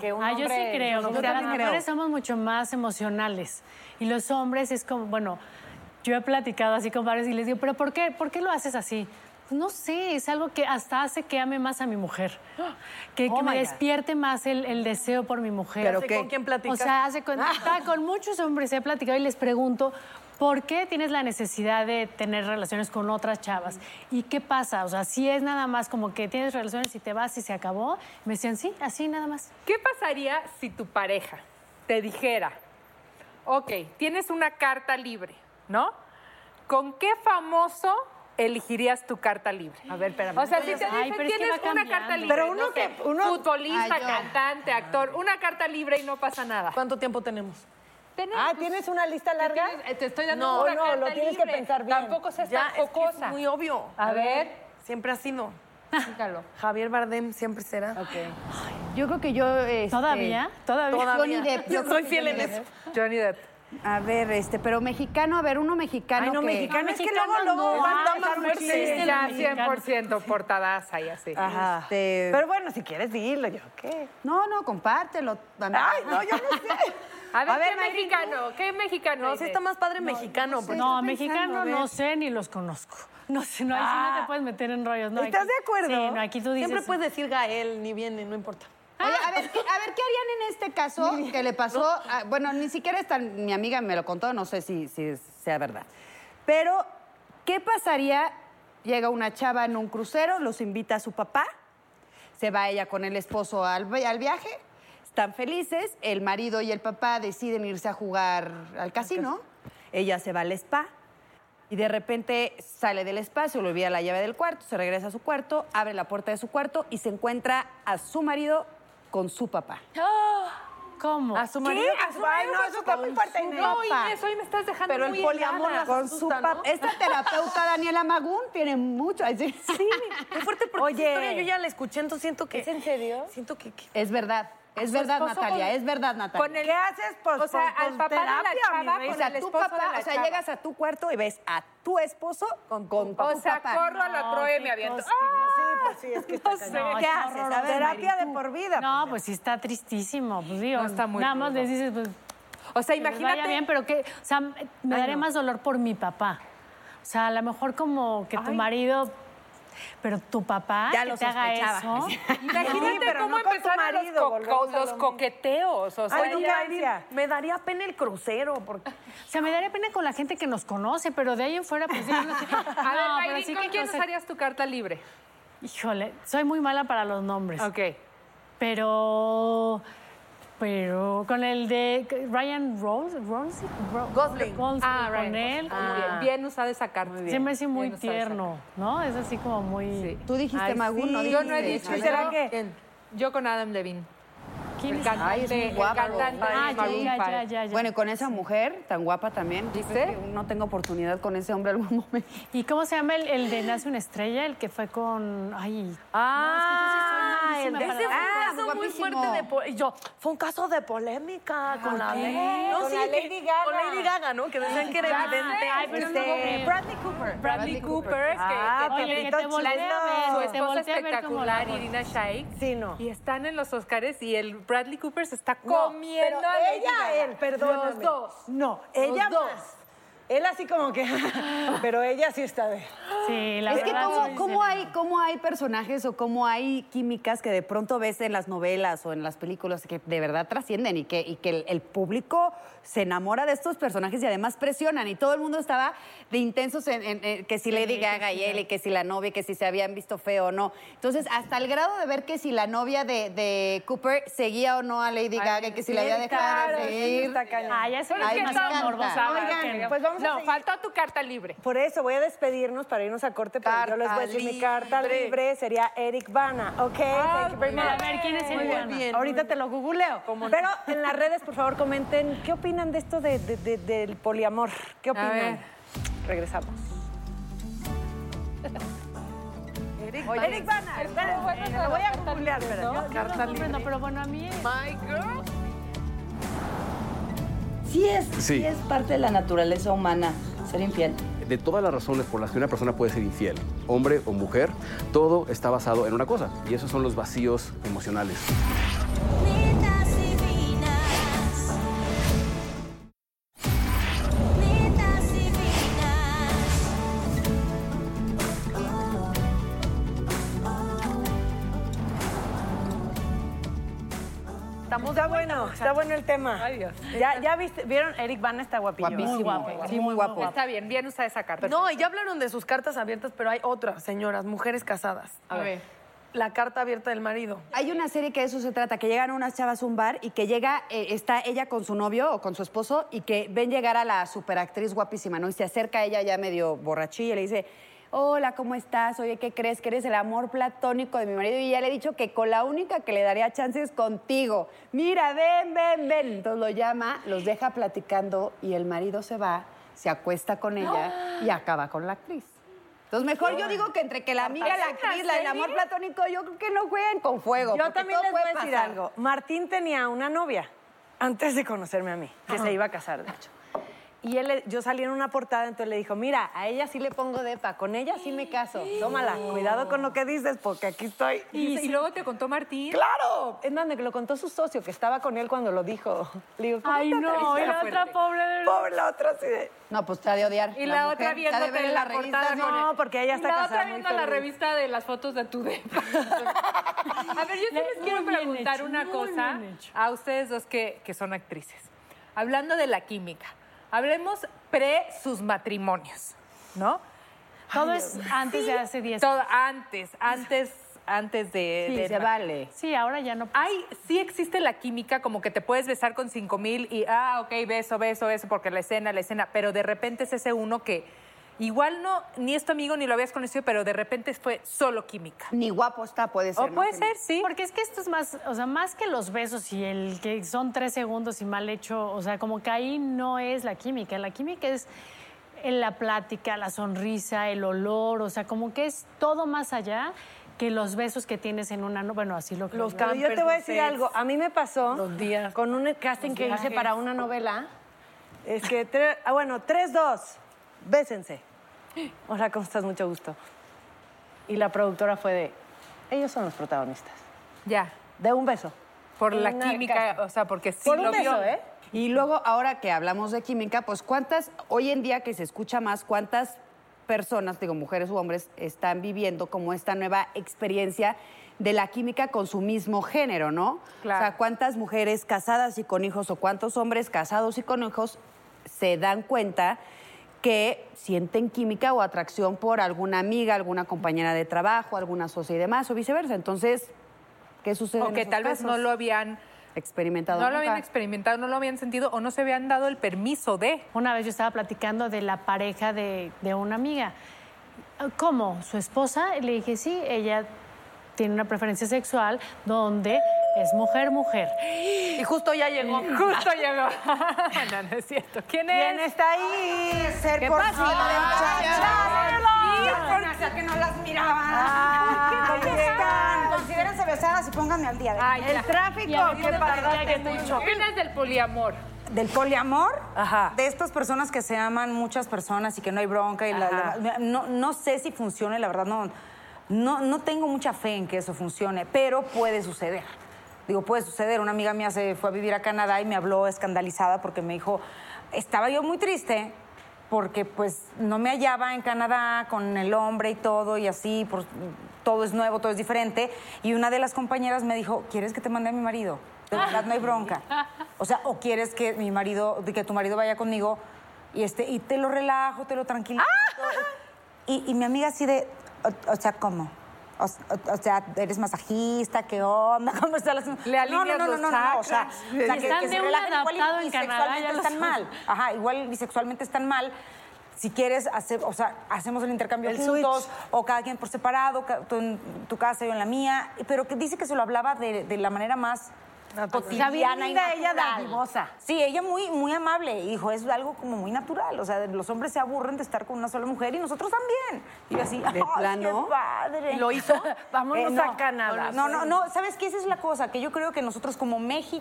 Que un
Ah, yo sí
hombre-
creo.
Yo
porque las
también creo.
mujeres somos mucho más emocionales. Y los hombres es como, bueno, yo he platicado así con varios y les digo, ¿pero por qué, por qué lo haces así? Pues no sé, es algo que hasta hace que ame más a mi mujer. Que,
Oh
que
my
me
God.
despierte más el, el deseo por mi mujer.
¿Pero qué? ¿Con quién platicas?
O sea, hace con, ah, con muchos hombres he platicado y les pregunto. ¿Por qué tienes la necesidad de tener relaciones con otras chavas? ¿Y qué pasa? O sea, si es nada más como que tienes relaciones y te vas y se acabó, me decían, sí, así nada más.
¿Qué pasaría si tu pareja te dijera, ok, tienes una carta libre, ¿no? ¿Con qué famoso elegirías tu carta libre?
A ver, espérame.
O sea, si te dicen,
Ay, pero es que
tienes
va
una carta
cambiando.
libre,
Pero uno
no sé,
que- uno-
futbolista,
Ay, yo.
cantante, actor, una carta libre y no pasa nada.
¿Cuánto tiempo tenemos?
Tenemos-
Ah, ¿tienes una lista larga?
pues, Tienes- eh, Ah, Te estoy dando
No,
una
no,
carta
lo tienes
libre.
que pensar bien.
Tampoco seas
Ya,
tan
es que es
jocosa.
muy obvio.
A ver.
Siempre ha sido.
Explícalo.
Javier Bardem siempre será.
Yo creo que yo... este,
¿Todavía? ¿Todavía?
Johnny Depp. Yo
Yo
creo
soy
que
fiel
Johnny
en eso.
Johnny Depp.
A ver, este, pero mexicano, a ver, uno mexicano.
Ay, no,
que-
mexicano, es que luego, luego van a
Ah,
dejar
sí, ya 100% portadaza y así.
Ajá.
Este-
Pero bueno, si quieres, dilo yo. ¿Qué?
No, no, compártelo.
Ay, no, yo no sé.
A ver,
A ver,
¿qué
Mayrin,
mexicano? ¿Qué mexicano?
No, sí
dices?
está más padre mexicano.
pues.
porque-
No,
estoy pensando,
mexicano
a ver.
no sé ni los conozco. No sé, no, ahí sí
Ah.
no te puedes meter en rollos. No,
¿Estás
aquí-
de acuerdo?
Sí, no, aquí tú dices.
Siempre puedes decir Gael, ni viene, no importa.
Oye, a, ver, ¿qué, a ver, ¿qué harían en este caso que le pasó? a- bueno, ni siquiera es tan- mi amiga me lo contó, no sé si, si es- sea verdad. Pero, ¿qué pasaría? Llega una chava en un crucero, los invita a su papá, se va ella con el esposo al, vi- al viaje, están felices, el marido y el papá deciden irse a jugar al casino, ella se va al spa. Y de repente sale del espacio, le olvida la llave del cuarto, se regresa a su cuarto, abre la puerta de su cuarto y se encuentra a su marido con su papá.
¿Cómo?
A su marido.
¿A su marido?
Ay, no, eso está
Con
muy fuerte.
su
Inés.
papá.
No, Inés, hoy me estás dejando
Pero el
muy
poliamor
helada.
las
Con su
asusta,
papá.
¿no?
Esta terapeuta Daniela Magún tiene mucho. es decir,
Sí,
Qué fuerte porque
Oye.
esta historia yo ya la escuché, entonces siento que...
¿Es en serio?
Siento que... que-
Es verdad. Es
su
verdad,
esposo
Natalia.
con-
es verdad, Natalia.
con el-
¿Qué haces? Pues,
O sea,
con-
al
con
papá de la
terapia,
chava
mi reina.
con
o sea,
el
tu
esposo de
papá,
la
o sea,
chava.
llegas a tu cuarto y ves a tu esposo con, con papá.
O sea, corro al otro y me aviento. Ah.
Sí, pues sí, es que está cañón.
No,
¿Qué
está
haces? A
horroroso.
ver, terapia de por vida.
No, pues sí está tristísimo. Pues digo,
No, está muy
nada más
crudo.
les dices, pues.
O sea,
que les
imagínate.
Vaya bien, pero que. O sea, me daría más dolor por mi papá. O sea, a lo mejor como que tu marido. Pero tu papá
Ya
que
lo
te haga eso.
sospechaba.
Imagínate
Sí, pero
cómo
no con tu
empezaron
marido,
los,
volvemos
co-
a lo
los
mismo.
coqueteos. O sea,
Ay, no,
ya-
Katia.
Me daría pena el crucero, porque...
O sea, me daría pena con la gente que nos conoce, pero de ahí en fuera, pues. digo, no sé.
A ver,
No, pero
Mayrin,
sí
¿con
que
quién
no sé.
usarías tu carta libre?
Híjole, soy muy mala para los nombres.
Ok.
Pero. Pero con el de Ryan Rose, Rose, Ro-
Gosling.
Ah,
con
Ryan
él.
Muy bien, bien usada esa carta.
Se me hace muy
Bien usada esa
tierno, ¿no? Es así como muy.
Sí.
Tú dijiste
Ay,
Magún, no
sí,
Yo
dijiste.
no he dicho.
¿Quién será
yo-
que?
¿Quién? Yo con Adam Levine.
¿Quién
El
es?
cantante,
Ay, es muy
el
guapo.
cantante de
Ah, ya,
Maroon
ya, ya,
five.
ya, ya.
Bueno, y con esa mujer tan guapa también. yo creo
¿Viste?
que No tengo oportunidad con ese hombre algún momento.
¿Y cómo se llama el, el de Nace una estrella? El que fue con. Ay. no, es que yo
Ah,
sí soy malísima
el de
para
Ese fue
los
Ah,
un caso muy
guapísimo.
fuerte de... po- y yo, fue un caso de
Ah,
polémica con la... No,
Con
sí,
la
que-
Lady Gaga.
Con Lady Gaga, ¿no? Que decían que era
Ya
evidente.
sé, ay, pero no lo
Este,
vi.
Bradley Cooper.
Bradley
Cooper. es que...
Ah,
nombres. Oye, que te
Pepito
volteé a
Chileno.
ver.
Su
que te
esposa
volteé a ver como la
espectacular, Irina Shayk.
Sí, no.
Y están en los Oscars y el Bradley Cooper se está
No,
comiendo
pero
a Lady Gaga.
ella, él, perdóname.
Los dos.
No, ella
Los dos.
más. Él así como que... pero ella sí está de...
Sí, eh, la
es que
verdad,
cómo,
sí,
cómo hay, cómo hay personajes o cómo hay químicas que de pronto ves en las novelas o en las películas que de verdad trascienden y que, y que el, el público se enamora de estos personajes y además presionan. Y todo el mundo estaba de intensos en, en- en que si Lady Gaga y él y que si la novia, que si se habían visto feo o no. Entonces, hasta el grado de ver que si la novia de, de Cooper seguía o no a Lady Gaga y que si la había dejado
claro,
de
sí,
seguir.
está cañón.
Ah, ya se
Pero es
Ay,
que
me
estaba
encanta.
morbosada.
Oigan, pues vamos a
No,
seguir.
faltó tu carta libre.
Por eso voy a despedirnos para irnos a corte, pero yo les voy a decir mi carta libre sería Eric Bana, ¿ok? Thank you very
Pero a
much.
ver, ¿quién es el bueno?
Ahorita te lo googleo. Pero en las redes, por favor, comenten qué opinan de esto de- de- de- del poliamor. ¿Qué opinan?
ver.
Regresamos.
Eric
Oye, Eric Bana, espera, lo voy a googlear, espera.
Yo no lo comprendo, pero bueno, a mí.
My girl.
Sí es,
Sí.
sí es parte de la naturaleza humana ser infiel.
De todas las razones por las que una persona puede ser infiel, hombre o mujer, todo está basado en una cosa, y esos son los vacíos emocionales.
Está bueno, está bueno el tema.
Ay, Dios.
Ya, ya viste, vieron, Eric Bana está guapillo.
Guapísimo. Muy guapo. Sí, muy guapo.
Está bien, bien usada esa carta.
No, y ya hablaron de sus cartas abiertas, pero hay otras, señoras, mujeres casadas.
A ver.
La carta abierta del marido.
Hay una serie que de eso se trata, que llegan unas chavas a un bar y que llega, eh, está ella con su novio o con su esposo y que ven llegar a la superactriz guapísima, ¿no? Y se acerca a ella ya medio borrachilla y le dice, hola, ¿cómo estás? Oye, ¿qué crees? Que eres el amor platónico de mi marido y ya le he dicho que con la única que le daría chances contigo. Mira, ven, ven, ven. Entonces lo llama, los deja platicando y el marido se va, se acuesta con ella
¡Ah!
y acaba con la actriz. Entonces, mejor yo digo que entre que la amiga, la actriz, la, el amor platónico, yo creo que no jueguen con fuego.
Yo
porque
también
todo
les voy a
puede
decir
pasar.
algo. Martín tenía una novia antes de conocerme a mí, que se iba a casar, de hecho. y él, le- yo salí en una portada, entonces le dijo, mira, a ella sí le pongo depa, con ella sí me caso. Tómala, cuidado con lo que dices, porque aquí estoy.
Y- y
luego te contó Martín. ¡Claro! Es más, me lo contó su socio, que estaba con él cuando lo dijo. Le digo, ¿cómo
Ay,
te
no,
atreviste
y
a
la otra
fuerte?
pobre.
Pobre la otra sí de...
No, pues te ha de odiar.
Y la,
mujer,
otra
te ha de
viéndote
ver en
en la,
las revistas,
portada. con
no,
el-
porque ella
y
está
La
casada,
otra
muy
viendo la
feliz.
revista de las fotos de tu depa. A ver, yo sí
Le-
les
muy
quiero
bien
preguntar
hecho,
una
muy
cosa
bien hecho.
a ustedes dos que, que son actrices. Hablando de la química, hablemos pre sus matrimonios, ¿no?
Todo es antes de hace 10
Todo antes, antes, antes de...
Sí,
de-
se vale. Sí, ahora ya no
Hay, sí existe la química como que te puedes besar con 5 mil y, ah, ok, beso, beso, beso, porque la escena, la escena, pero de repente es ese uno que igual no, ni es tu amigo ni lo habías conocido, pero de repente fue solo química.
Ni guapo está, puede
ser, O ¿no? puede ser, sí.
Porque es que esto es más, o sea, más que los besos y el que son tres segundos y mal hecho, o sea, como que ahí no es la química. La química es en la plática, la sonrisa, el olor, o sea, como que es todo más allá que los besos que tienes en una, no- bueno, así lo creo
Los
yo.
cabellos. Yo te voy a decir algo. A mí me pasó con un casting
Los
que hice
viajes.
para una novela. Es que, tre- ah, bueno, tres, dos, bésense. Hola, ¿cómo estás? Mucho gusto. Y la productora fue de, ellos son los protagonistas.
Ya.
De un beso.
Por
En
la
una
química, o sea, porque sí
Por un
lo vio.
beso, ¿eh?
Y luego, ahora que hablamos de química, pues cuántas, hoy en día que se escucha más, cuántas personas, digo mujeres u hombres, están viviendo como esta nueva experiencia de la química con su mismo género, ¿no?
Claro.
O sea, cuántas mujeres casadas y con hijos o cuántos hombres casados y con hijos se dan cuenta que sienten química o atracción por alguna amiga, alguna compañera de trabajo, alguna socia y demás, o viceversa. Entonces, ¿qué sucede?
O
en
que
esos
tal vez no
casos?
lo habían
experimentado.
no lo habían
nunca.
experimentado, no lo habían sentido o no se habían dado el permiso de.
Una vez yo estaba platicando de la pareja de, de una amiga. ¿Cómo? ¿Su esposa? Y Le dije, sí, ella tiene una preferencia sexual donde es mujer-mujer.
Y justo ya llegó.
Justo llegó. no, no es cierto. ¿Quién es?
¿Quién está ahí? Ser
¿Qué
por
pasa?
fin,
Ay,
muchachas.
que no las miraban.
Ay,
¿Qué
están.
Considérense besadas y pónganme al día.
Ay, ya.
el tráfico,
Ya,
qué
ya,
parada
ya, ya,
tengo.
¿Qué opinas del poliamor?
Del poliamor, de estas personas que se aman muchas personas y que no hay bronca. Y la-
Ajá.
la- no, no sé si funcione, la verdad, no, no, no tengo mucha fe en que eso funcione, pero puede suceder. Digo, puede suceder. Una amiga mía se fue a vivir a Canadá y me habló escandalizada porque me dijo, estaba yo muy triste porque pues no me hallaba en Canadá con el hombre y todo y así, por- todo es nuevo, todo es diferente. Y una de las compañeras me dijo, ¿quieres que te mande a mi marido? De verdad, no hay bronca. O sea, o quieres que mi marido, de que tu marido vaya conmigo y este, y te lo relajo, te lo tranquilizo. Y, y mi amiga así de, o, o sea, ¿cómo? O, o- o sea, eres masajista, ¿qué onda? ¿Cómo están las...
Le alineas los
o sea,
chakras.
o sea,
Si están de un
relajen, igual
adaptado
y
en Canadá, ya
bisexualmente
los-
están mal. Ajá, igual bisexualmente están mal. Si quieres, hacer, o sea, hacemos el intercambio
El
juntos o cada quien por separado, ca- tú en tu casa, yo en la mía. Pero que dice que se lo hablaba de, de la manera más cotidiana y
linda, ella
natural.
dadivosa.
Sí, ella muy, muy amable, hijo, es algo como muy natural. O sea, los hombres se aburren de estar con una sola mujer y nosotros también. Y yo así,
¿De
¡ay,
plano?
qué padre!
¿Lo hizo? Vámonos
Vamos
a Canadá.
Eh, No, no, no, ¿sabes qué? Esa es la cosa, que yo creo que nosotros como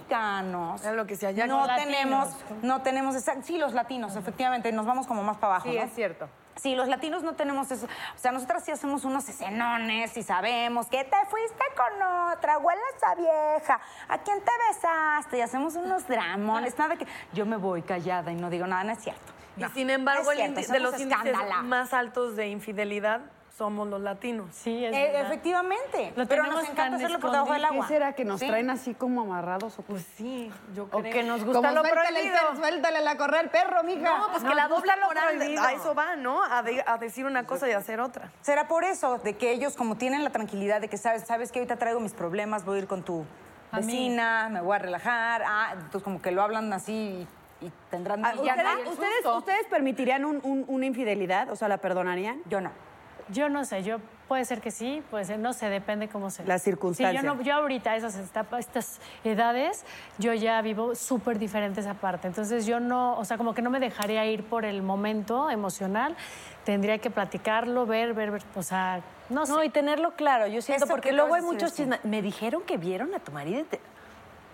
mexicanos
lo que se haya-
no
Los latinos.
tenemos, no tenemos esa, sí, los latinos, efectivamente, nos vamos como más para abajo,
Sí,
¿no?
es cierto.
Sí, los latinos no tenemos eso. O sea, nosotras sí hacemos unos escenones y sabemos que te fuiste con otra, huele a esa vieja, ¿a quién te besaste? Y hacemos unos dramones, nada que yo me voy callada y no digo nada, no es cierto.
Y sin embargo,
Es
el
cierto,
indi- de los
somos
índices
escándala.
más altos de infidelidad somos los latinos.
Sí, es
Eh,
verdad.
efectivamente,
Lo
pero
tenemos
nos encanta
tan
hacerlo por debajo del
escondido.
agua.
¿Qué será que nos
Sí.
traen así como amarrados o qué?
Pues sí, yo
O
creo.
que nos
gusta lo
suéltale el
prohibido.
perro, Suéltale la correa al perro, mija.
No, pues que
Nos
la
gusta
doble
lo
moral
prohibido.
a eso va, ¿no? A, de- a decir una cosa y a hacer otra.
¿Será por eso? De que ellos como tienen la tranquilidad de que sabes, sabes que ahorita traigo mis problemas, voy a ir con tu
A mí.
vecina, me voy a relajar. Ah, entonces como que lo hablan así y, y tendrán...
Ah,
y ya
¿ustedes-
no.
ustedes-
¿Ustedes permitirían un- un- una infidelidad? O sea, ¿la perdonarían?
Yo no.
Yo no sé, yo puede ser que sí, puede ser, no sé, depende cómo sea.
La circunstancia.
Sí, yo, no- yo ahorita a esas etapas, estas edades, yo ya vivo súper diferente esa parte. Entonces yo no, o sea, como que no me dejaría ir por el momento emocional. Tendría que platicarlo, ver, ver, ver, o sea, no sé.
No, y tenerlo claro. Yo siento,
Eso
porque
que
luego hay
acabas de
muchos
decir,
chismes. Me dijeron que vieron a tu marido. y te-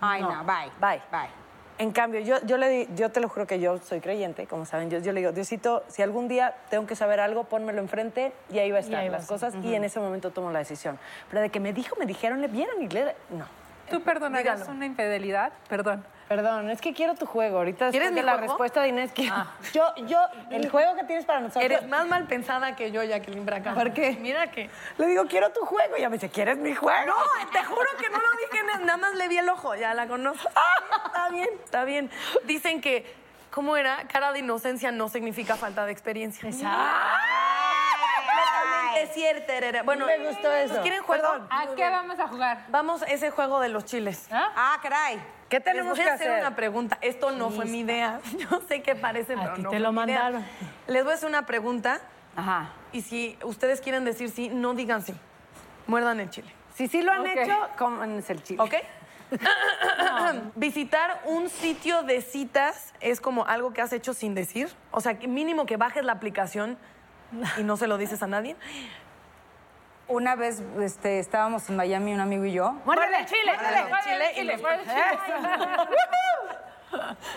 Ay, no,
No.
bye.
Bye.
Bye.
En cambio, yo, yo, le, di- yo te lo juro que yo soy creyente, como saben, yo, yo le digo, Diosito, si algún día tengo que saber algo, pónmelo enfrente y ahí va a
Y
estar
ahí va a
las
estar,
cosas
ujú.
y en ese momento tomo la decisión. Pero de que me dijo, me dijeron, le vieron y le... No.
¿Tú perdonarías una infidelidad? Perdón.
Perdón, es que quiero tu juego. Ahorita después
¿Quieres
de
mi
la
juego?
respuesta de Inés, quiero- yo, yo, el juego que tienes para nosotros...
Eres más mal pensada que yo, Jacqueline Braca.
¿Por qué?
Mira que.
Le digo, quiero tu juego. Y ella me dice, ¿quieres mi juego?
No, te juro que no lo dije, na- nada más le vi el ojo, ya la conozco. Está bien, está bien. Dicen que, ¿cómo era? Cara de inocencia no significa falta de experiencia. ¡Ah! Completamente cierta, herera. Bueno,
Me gustó
¿nos
eso.
¿Quieren juego?
Perdón.
¿A qué vamos a jugar? Vamos a ese juego de los chiles.
¿Ah?
caray.
¿Qué tenemos
Les voy a
que
hacer?
hacer?
una pregunta. Esto no fue mi idea. Yo sé que parece, pero
ti
no
te
fue
lo
mi idea.
mandaron.
Les voy a hacer una pregunta. Ajá. Y si ustedes quieren decir sí, no digan sí. Muerdan el chile.
Si sí lo han
Ok.
hecho, coman el chile.
¿Ok? Visitar un sitio de citas es como algo que has hecho sin decir. O sea, que mínimo que bajes la aplicación y no se lo dices a nadie.
Una vez este, estábamos en Miami, un amigo y yo.
Muérdele el
chile,
muérdele el chile y los-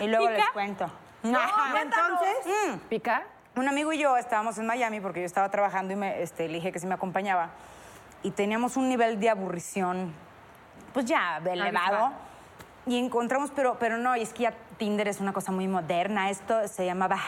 Y luego
¿Pica?
les cuento.
Mm.
entonces,
Mm.
¿pica?
Un amigo y yo estábamos en Miami porque yo estaba trabajando y me, este, le dije que si me acompañaba. Y teníamos un nivel de aburrición, pues ya elevado. Y encontramos, pero, pero no, y es que ya Tinder es una cosa muy moderna. Esto se llamaba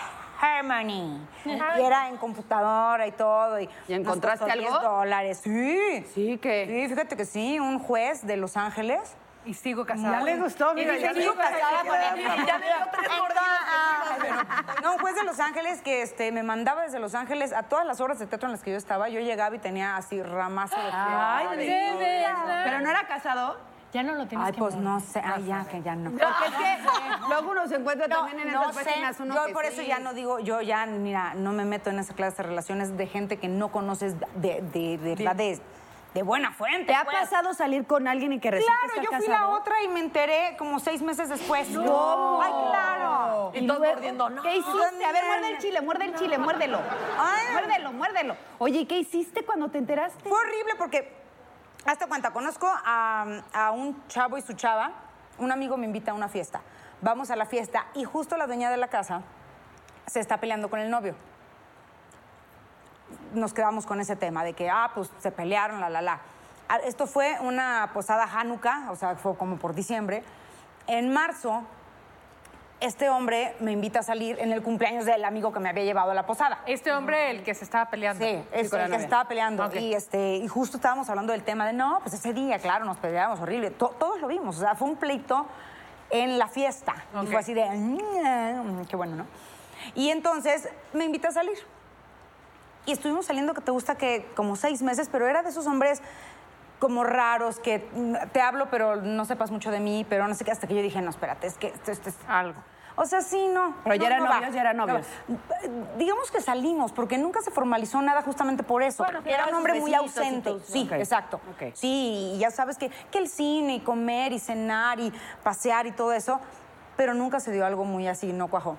Harmony. Y era en computadora y todo. ¿Y,
¿Y encontraste
nos costó
algo?
10 dólares. Sí. Sí, que. Sí, fíjate que sí. Un juez de Los Ángeles.
Y sigo
Ya le gustó, mira,
Y
ya
sigo
le-
casada con él.
Ya le dio
tres
Entonces, ah, No, un juez de Los Ángeles que este, me mandaba desde Los Ángeles a todas las obras de teatro en las que yo estaba. Yo llegaba y tenía así ramazo de
Ay,
flores.
bebé. Pero no era casado.
Ya no lo tienes
Ay,
que
pues
mover.
no sé. Ay, ya, que ya no.
Porque es que luego uno se encuentra también en
No
esas
sé,
páginas uno
yo
que
por eso
sí.
ya no digo, yo ya, mira, no me meto en esa clase de relaciones de gente que no conoces de, de, de, verdad, de, de buena fuente.
¿Te ha
pues.
pasado salir con alguien y que resulta
Claro,
estar
yo fui
casado?
la otra y me enteré como seis meses después.
No.
¡Ay, claro!
Y todos mordiendo. No.
¿Qué hiciste? A ver, muerde el chile, muerde el chile, muérdelo. Muérdelo, muérdelo. Oye, ¿y ¿qué hiciste cuando te enteraste?
Fue horrible porque, hasta cuenta, conozco a, a un chavo y su chava. Un amigo me invita a una fiesta. Vamos a la fiesta y justo la dueña de la casa se está peleando con el novio. Nos quedamos con ese tema de que, ah, pues se pelearon, la, la, la. Ah, Esto fue una posada Hanukkah, o sea, fue como por diciembre. En marzo, este hombre me invita a salir en el cumpleaños del amigo que me había llevado a la posada.
Este hombre, el que se estaba peleando.
Sí, es
con la
el que se
novia.
estaba peleando.
Ok.
Y, este, y justo estábamos hablando del tema de, no, pues ese día, claro, nos peleábamos horrible. To- todos lo vimos. O sea, fue un pleito en la fiesta. Y
Ok.
fue así de, "Mm, qué bueno, ¿no? Y entonces me invita a salir. Y estuvimos saliendo, que te gusta, que como seis meses, pero era de esos hombres como raros, que mm, te hablo, pero no sepas mucho de mí, pero no sé qué, hasta que yo dije, no, espérate, es que esto, esto es...
Algo.
O sea, sí, no.
Pero ya
No,
eran
no va.
novios, ya eran
No va.
novios.
Digamos que salimos, porque nunca se formalizó nada justamente por eso.
Bueno, que
era
daban sus
un hombre muy
besitos y
ausente.
tus-
Sí,
Ok.
exacto.
Ok.
Sí, y ya sabes que, que el cine y comer y cenar y pasear y todo eso, pero nunca se dio algo muy así, no cuajó.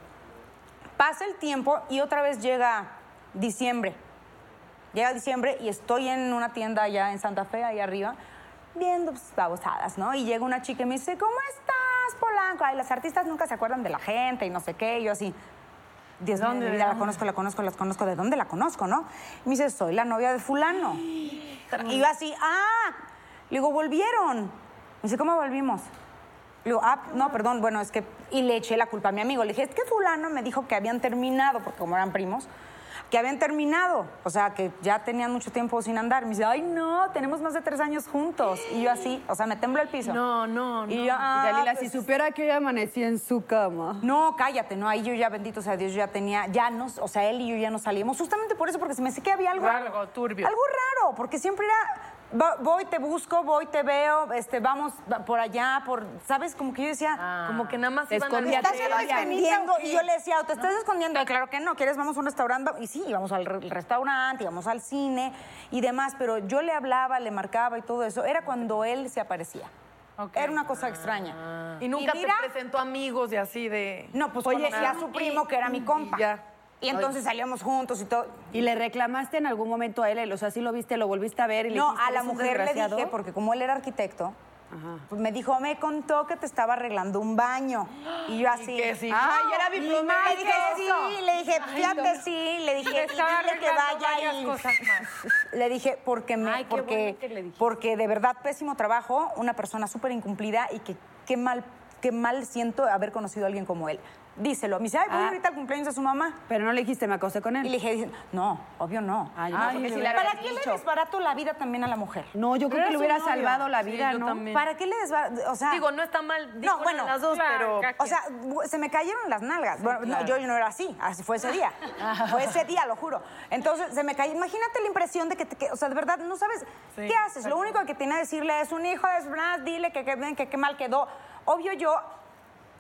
Pasa el tiempo y otra vez llega diciembre. Llega diciembre y estoy en una tienda allá en Santa Fe, ahí arriba, viendo pues, babosadas, ¿no? Y llega una chica y me dice, ¿cómo estás, Polanco? Ay, las artistas nunca se acuerdan de la gente y no sé qué. Y yo así, Dios mío, de mi vida, la conozco, la conozco, la conozco. ¿De dónde la conozco, no? Y me dice, soy la novia de fulano. Y yo así, ah. Le digo, volvieron. Me dice, ¿cómo volvimos? Le digo, ah, no, perdón, bueno, es que... Y le eché la culpa a mi amigo. Le dije, es que fulano me dijo que habían terminado, porque como eran primos, que habían terminado. O sea, que ya tenían mucho tiempo sin andar. Me dice, ay, no, tenemos más de tres años juntos. Y yo así, o sea, me tembló el piso.
No, no, no.
Y yo, ah,
Dalila,
pues,
si supiera que hoy amanecí en su cama.
no, cállate, no, ahí yo ya, bendito sea Dios, yo ya tenía, ya nos, o sea, él y yo ya no salíamos, justamente por eso, porque se me sé que había algo.
Algo turbio.
Algo raro, porque siempre era, va- voy, te busco, voy, te veo, este, vamos va- por allá, por, ¿sabes? Como que yo decía,
Ah,
Como que nada más iban a-
escondías.
¿estás escondiendo? Y yo le decía, ¿te estás escondiendo? Y claro que no, ¿quieres? Vamos a un restaurante. Y sí, íbamos al re- restaurante, íbamos al cine y demás, pero yo le hablaba, le marcaba y todo eso. Era cuando él se aparecía. Era una cosa extraña.
Y nunca
mira,
te presentó amigos de así de.
no, pues
Oye,
Oye, conocí a su primo, que era mi compa.
Y ya.
Y entonces salíamos juntos y todo.
¿Y le reclamaste en algún momento a él? O sea, sí lo viste, lo volviste a ver y le
No,
dijiste,
a la
"Eres un
mujer le
desgraciado"?
dije, porque como él era arquitecto, Pues me dijo, me contó que te estaba arreglando un baño. Y yo así.
que sí.
"Ah,
Ay, era mi
y
primer
Le dije,
beso.
sí, le dije,
Ay,
fíjate,
no.
sí. Le dije,
Me
y
estaba
dile que
arreglando
vaya
varias
y-
cosas
Le dije, porque me,
Ay, qué
porque,
bueno que le dijiste.
porque de verdad pésimo trabajo, una persona súper incumplida y que qué mal, qué mal siento haber conocido a alguien como él. Díselo. Me dice, ay, voy
Ah.
ahorita al cumpleaños de su mamá.
Pero no le dijiste, me acosté con él.
Y le dije, no, obvio Ah, no.
yo
Ay,
creo que sí
¿para
le habrías
qué
dicho.
le desbarato la vida también a la mujer?
No, yo creo que le hubiera salvado la vida, ¿no?
¿Para qué le desbarato? O sea,
Digo, no está mal.
no, bueno,
las dos, pero.
O sea, bu- se me cayeron las nalgas. Bueno, no,
claro.
yo no era así, así fue ese día. fue ese día, lo juro. Entonces, se me cayó. Imagínate la impresión de que, te, que- o sea, de verdad, no sabes qué haces. Lo único que tiene que decirle es un hijo de Brad, dile que qué que, que mal quedó. Obvio, yo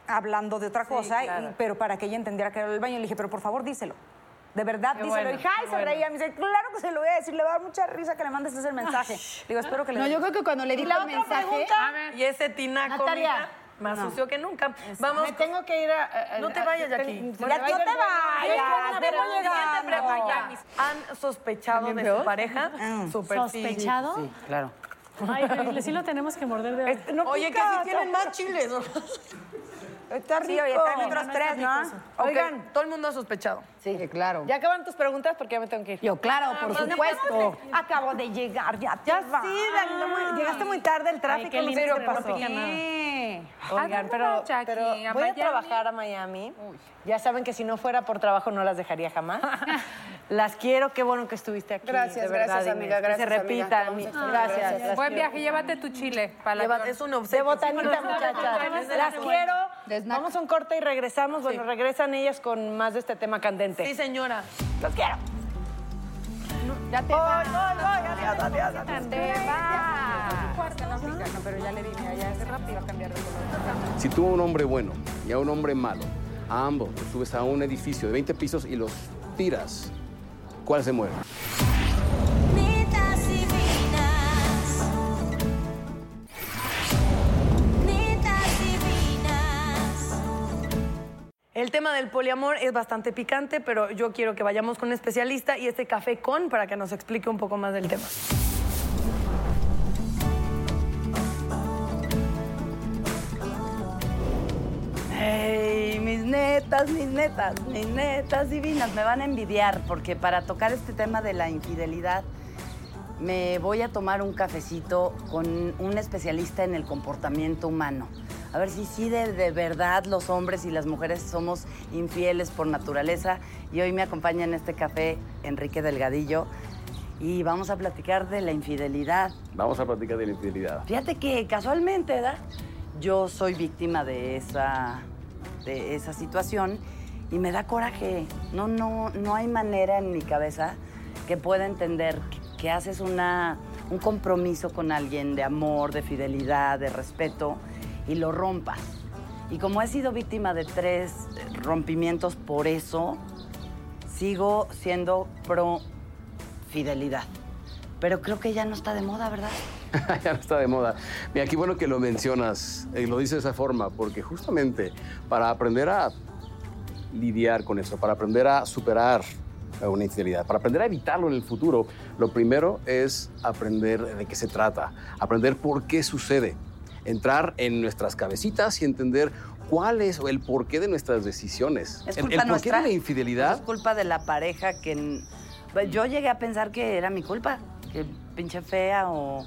hablando de otra cosa, y-
claro.
pero para que ella entendiera que era el baño, le dije, pero por favor, díselo. De verdad,
Qué
díselo.
bueno,
y ay,
qué
se
bueno.
reía. Me dice, claro que se lo voy a decir, le va a dar mucha risa que le mandes ese mensaje. Digo, espero que le
No, yo creo que cuando le di
la
el mensaje- A
Y ese tinaco.
Natalia.
mija, Más
No.
sucio que nunca. Vamos.
Me tengo que ir a.
No te vayas, Jackie.
Ya no te vayas, te voy
Siguiente
llegando.
pregunta. ¿Han sospechado de su pareja? Súper sí.
¿Sospechado?
Sí.
claro.
Ay, pero sí lo tenemos que morder de
Este,
verdad.
Oye, que si tienen más chiles.
Está
Sí, oye, están otros tres, ¿no?
Oigan, todo el mundo ha sospechado.
Sí, claro.
Ya acaban tus preguntas porque ya me tengo que ir.
Yo, claro,
Ah,
por supuesto.
pues, Acabo de llegar, ya te
Ya
vas.
sí, Dan, no, muy- llegaste muy tarde, el tráfico,
qué
no sé
lindo
qué
que no
pasó.
pica nada.
Oigan,
Ah, dónde
pero,
vas, Jackie?
pero
¿A
voy a
Miami?
trabajar a Miami. Ya saben que si no fuera por trabajo no las dejaría jamás. las quiero, qué bueno que estuviste aquí.
Gracias,
de verdad,
gracias,
Inés.
amiga,
Que
gracias,
Se
amiga.
repita,
Te vamos a
mi-
extrañar.
Gracias. las
Buen
quiero.
viaje, llévate tu chile. Para la
Lleva-
flor.
es un obsequio.
De botanita,
Sí, bueno,
muchachas.
de
Las
snack.
quiero.
De snack.
Vamos a un corte y regresamos. Bueno, regresan ellas con más de este tema candente.
Sí, señora.
Los quiero.
Ya te vas. Adiós, adiós, adiós.
Te vas. No, no, pero ya le dije, ya es rápido cambiar de color.
Si tú a un hombre bueno y a un hombre malo, a ambos los subes a un edificio de 20 pisos y los tiras, ¿cuál se muere?
Mitas y minas. Mitas y minas.
El tema del poliamor es bastante picante, pero yo quiero que vayamos con un especialista y este café con para que nos explique un poco más del tema.
Ey, mis netas, mis netas, mis netas divinas, me van a envidiar porque para tocar este tema de la infidelidad me voy a tomar un cafecito con un especialista en el comportamiento humano. A ver si sí de, de verdad los hombres y las mujeres somos infieles por naturaleza. Y hoy me acompaña en este café Enrique Delgadillo y vamos a platicar de la infidelidad.
Vamos a platicar de la infidelidad.
Fíjate que casualmente, ¿verdad? Yo soy víctima de esa, de esa situación y me da coraje. No, no, no hay manera en mi cabeza que pueda entender que, que haces una, un compromiso con alguien de amor, de fidelidad, de respeto y lo rompas. Y como he sido víctima de tres eh, rompimientos por eso, sigo siendo pro fidelidad. Pero creo que ya no está de moda, ¿verdad?
ya no está de moda. Mira, qué bueno que lo mencionas, eh, lo dices de esa forma, porque justamente para aprender a lidiar con eso, para aprender a superar eh, una infidelidad, para aprender a evitarlo en el futuro, lo primero es aprender de qué se trata, aprender por qué sucede, entrar en nuestras cabecitas y entender cuál es o el porqué de nuestras decisiones.
Es
El-
culpa
el, porqué
nuestra.
de la infidelidad
Pues Es culpa de la pareja que... n- Pues Yo llegué a pensar que era mi culpa, que pinche fea o,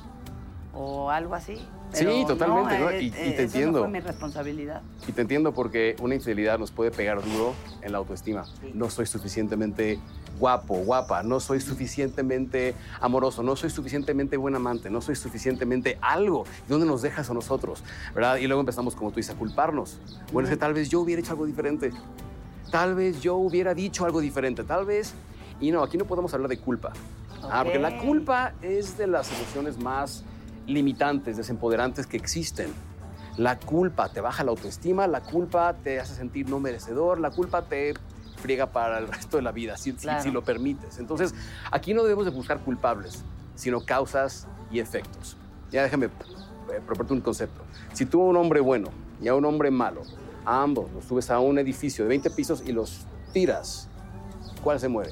o algo así.
Sí,
Pero
totalmente,
no,
¿no?
eh,
Y- y
eh,
te
eso no
entiendo.
fue mi responsabilidad.
Y te entiendo porque una infidelidad nos puede pegar duro en la autoestima. No soy suficientemente guapo, guapa, no soy suficientemente amoroso, no soy suficientemente buen amante, no soy suficientemente algo. ¿Y dónde nos dejas a nosotros? ¿Verdad? Y luego empezamos, como tú dices, a culparnos. Bueno, es que tal vez yo hubiera hecho algo diferente. Tal vez yo hubiera dicho algo diferente. Tal vez... Y no, aquí no podemos hablar de culpa. Ah, porque la
Ok.
culpa es de las emociones más limitantes, desempoderantes que existen. La culpa te baja la autoestima, la culpa te hace sentir no merecedor, la culpa te friega para el resto de la vida, si, si-
Claro.
si lo permites. Entonces, aquí no debemos de buscar culpables, sino causas y efectos. Ya déjame eh, proponerte un concepto. Si tú a un hombre bueno y a un hombre malo, a ambos los subes a un edificio de 20 pisos y los tiras, ¿cuál se muere?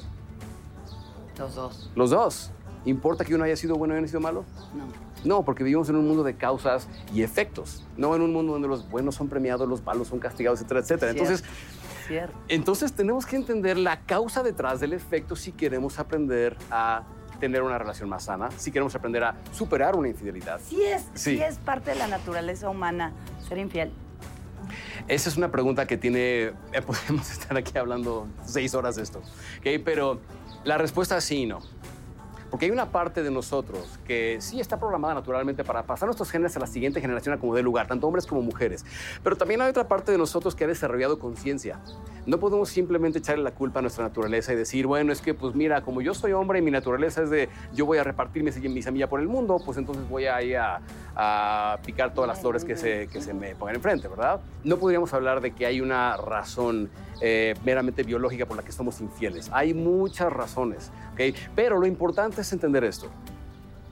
Los dos.
Los dos. ¿Importa que uno haya sido bueno y uno haya sido malo?
No.
No, porque vivimos en un mundo de causas y efectos, no en un mundo donde los buenos son premiados, los malos son castigados, etcétera, etcétera. Entonces,
Cierto.
entonces tenemos que entender la causa detrás del efecto si queremos aprender a tener una relación más sana, si queremos aprender a superar una infidelidad.
Sí es,
Sí.
sí es parte de la naturaleza humana ser infiel.
Esa es una pregunta que tiene, eh, podemos estar aquí hablando seis horas de esto, ¿ok? pero la respuesta es sí y no. Porque hay una parte de nosotros que sí está programada naturalmente para pasar nuestros genes a la siguiente generación a como dé lugar, tanto hombres como mujeres. Pero también hay otra parte de nosotros que ha desarrollado conciencia. No podemos simplemente echarle la culpa a nuestra naturaleza y decir, bueno, es que pues mira, como yo soy hombre y mi naturaleza es de yo voy a repartir mi, mi semilla por el mundo, pues entonces voy a ir a, a picar todas las flores que se, que se me pongan enfrente, ¿verdad? No podríamos hablar de que hay una razón eh, meramente biológica por la que somos infieles. Hay muchas razones, ¿ok? Pero lo importante es entender esto,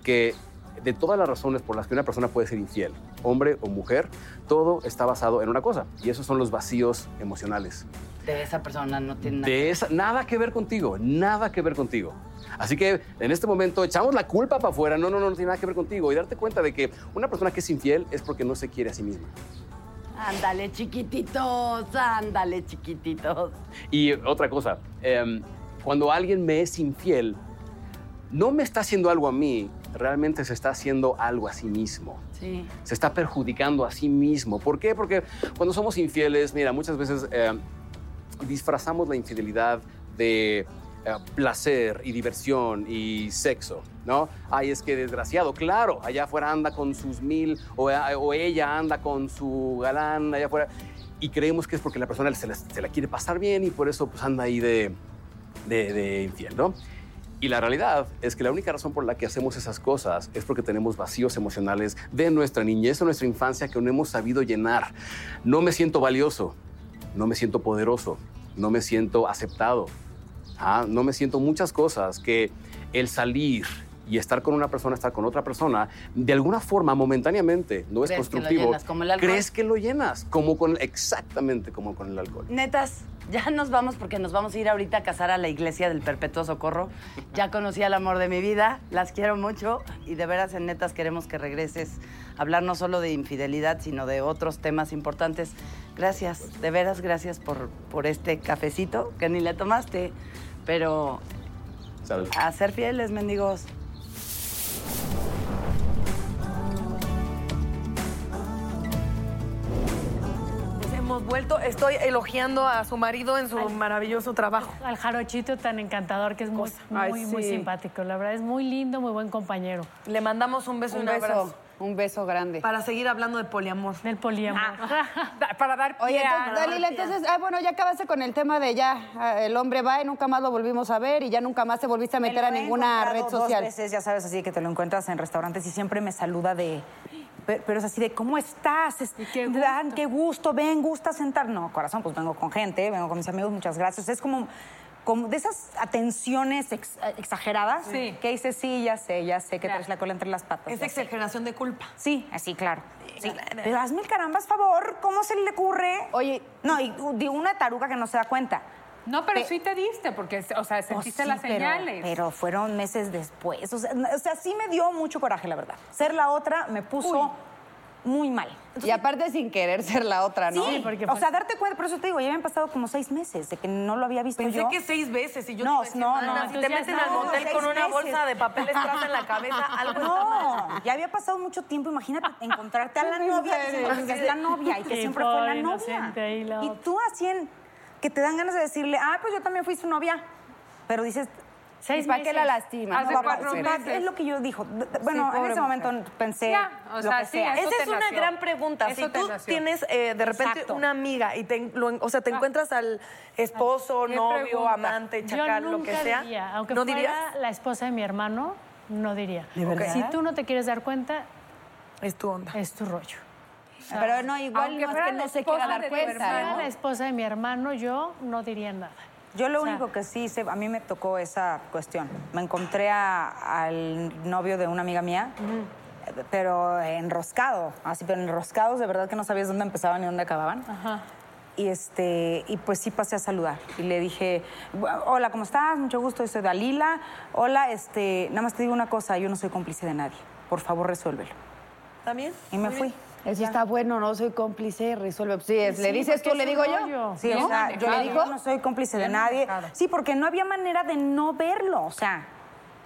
que de todas las razones por las que una persona puede ser infiel, hombre o mujer, todo está basado en una cosa, y esos son los vacíos emocionales.
De esa persona no tiene nada.
De esa, nada que ver contigo, nada que ver contigo. Así que en este momento echamos la culpa para afuera, no, no, no, no tiene nada que ver contigo, y darte cuenta de que una persona que es infiel es porque no se quiere a sí misma.
Ándale, chiquititos, ándale, chiquititos.
Y otra cosa, em, cuando alguien me es infiel, no me está haciendo algo a mí, realmente se está haciendo algo a sí mismo.
Sí.
Se está perjudicando a sí mismo. ¿Por qué? Porque cuando somos infieles, mira, muchas veces em, disfrazamos la infidelidad de eh, placer y diversión y sexo, ¿no? Ay, es que desgraciado, claro, allá afuera anda con sus mil o, eh, o ella anda con su galán allá afuera y creemos que es porque la persona se la, se la quiere pasar bien y por eso pues anda ahí de, de- de infiel, ¿no? Y la realidad es que la única razón por la que hacemos esas cosas es porque tenemos vacíos emocionales de nuestra niñez o nuestra infancia que no hemos sabido llenar. No me siento valioso, no me siento poderoso, no me siento aceptado, ah, no me siento muchas cosas que el salir y estar con una persona, estar con otra persona, de alguna forma, momentáneamente, no es
¿Crees que lo
constructivo.
llenas como el alcohol?
¿Crees que lo llenas? Como con, exactamente como con el alcohol.
Netas, ya nos vamos porque nos vamos a ir ahorita a casar a la iglesia del Perpetuo Socorro. Ya conocí al amor de mi vida, las quiero mucho y de veras en Netas queremos que regreses a hablar no solo de infidelidad, sino de otros temas importantes. Gracias, de veras gracias por, por este cafecito que ni le tomaste, pero
Salud.
a ser fieles, mendigos.
Pues hemos vuelto. Estoy elogiando a su marido en su maravilloso trabajo.
Al jarochito tan encantador que es muy,
Ay,
muy, muy
sí.
simpático. La verdad es muy lindo, muy buen compañero.
Le mandamos un beso y
Un
un,
beso,
abrazo.
Un beso grande.
Para seguir hablando de poliamor.
Del poliamor.
para dar
Oye,
pie a-
entonces, Dalila, entonces, ah, bueno, ya acabaste con el tema de ya, ah, el hombre va y nunca más lo volvimos a ver y ya nunca más te volviste a meter a
lo he
ninguna red
encontrado
social.
Dos veces, ya sabes, así que te lo encuentras en restaurantes y siempre me saluda de. pe- Pero es así de, ¿cómo estás? Es- Dan, qué gusto, ven, gusta sentar. No, corazón, pues vengo con gente, vengo con mis amigos, muchas gracias. Es como, como de esas atenciones ex- exageradas
Sí.
que dices, sí, ya sé, ya sé, que traes la cola entre las patas.
Es
ya sé".
exageración de culpa.
Sí, así, claro. Sí, Pero hazme el carambas favor, ¿cómo se le ocurre? Oye. No, y digo, una taruga que no se da cuenta.
No, pero
Pe-
sí te diste, porque, o sea, sentiste
Pues
las
sí, pero-
señales.
Pero, fueron meses después. O sea, n- o sea, sí me dio mucho coraje, la verdad. Ser la otra me puso muy mal.
y aparte sin querer ser la otra, ¿no?
Sí, o sea, darte cuenta, por eso te digo, ya habían pasado como seis meses de que no lo había visto
Pensé
yo.
que seis veces y yo te
No,
iba a decir,
no,
"Mana,
no,
Si te
entonces
meten
ya
al
no,
motel
seis
con una
meses".
bolsa de papel estrada en la cabeza, algo está mal.
No, ya había pasado mucho tiempo. Imagínate encontrarte a la novia, que
serio?
siempre es la novia y que
Sí,
siempre fue la
pobre inocente
novia.
ahí la
Y
otra.
tú así en que te dan ganas de decirle, ah, pues yo también fui su novia. Pero dices, "Pues,
Seis
¿para qué
meses.
la lastima?
Hace cuatro meses.
Es lo que yo dijo. D- d- Bueno, en
pobre
ese
mujer.
momento pensé
Ya, o
lo
sea,
que
sí,
sea.
eso
Esa
te nació. Eso
si
te
tú
nació.
tienes eh, de repente una
amiga y te, lo en- o
Ah.
sea, te encuentras al esposo,
¿Qué
novio,
pregunta?
amante,
Yo
chacal, lo que
nunca
sea.
diría, aunque
¿No
fuera
dirías?
la esposa de mi hermano, no diría.
¿De verdad?
Si tú no te quieres dar cuenta,
es tu onda.
Es tu rollo.
Pero no, igual no es que no se quiera dar
Si fuera
cuenta, ¿no?
la esposa de mi hermano, yo no diría nada.
Yo lo
O sea,
único que sí hice, a mí me tocó esa cuestión. Me encontré a- al novio de una amiga mía, eh, pero enroscado, así, pero enroscados, de verdad que no sabías dónde empezaban ni dónde acababan. Y, este, y pues sí pasé a saludar y le dije, "Bu- hola, ¿cómo estás? Mucho gusto, yo soy Dalila. Hola, este, nada más te digo una cosa, yo no soy cómplice de nadie.
Por favor, resuélvelo.
¿También?
Y me fui.
Eso está bueno, no soy cómplice, resuelve. Sí,
Sí,
es, Pues le dices
porque
tú, le
es
digo
un
yo.
rollo. Sí,
¿No?
o sea, yo le
Claro.
digo, no soy cómplice de
Bien
nadie. Sí, porque no había manera de no verlo, o sea.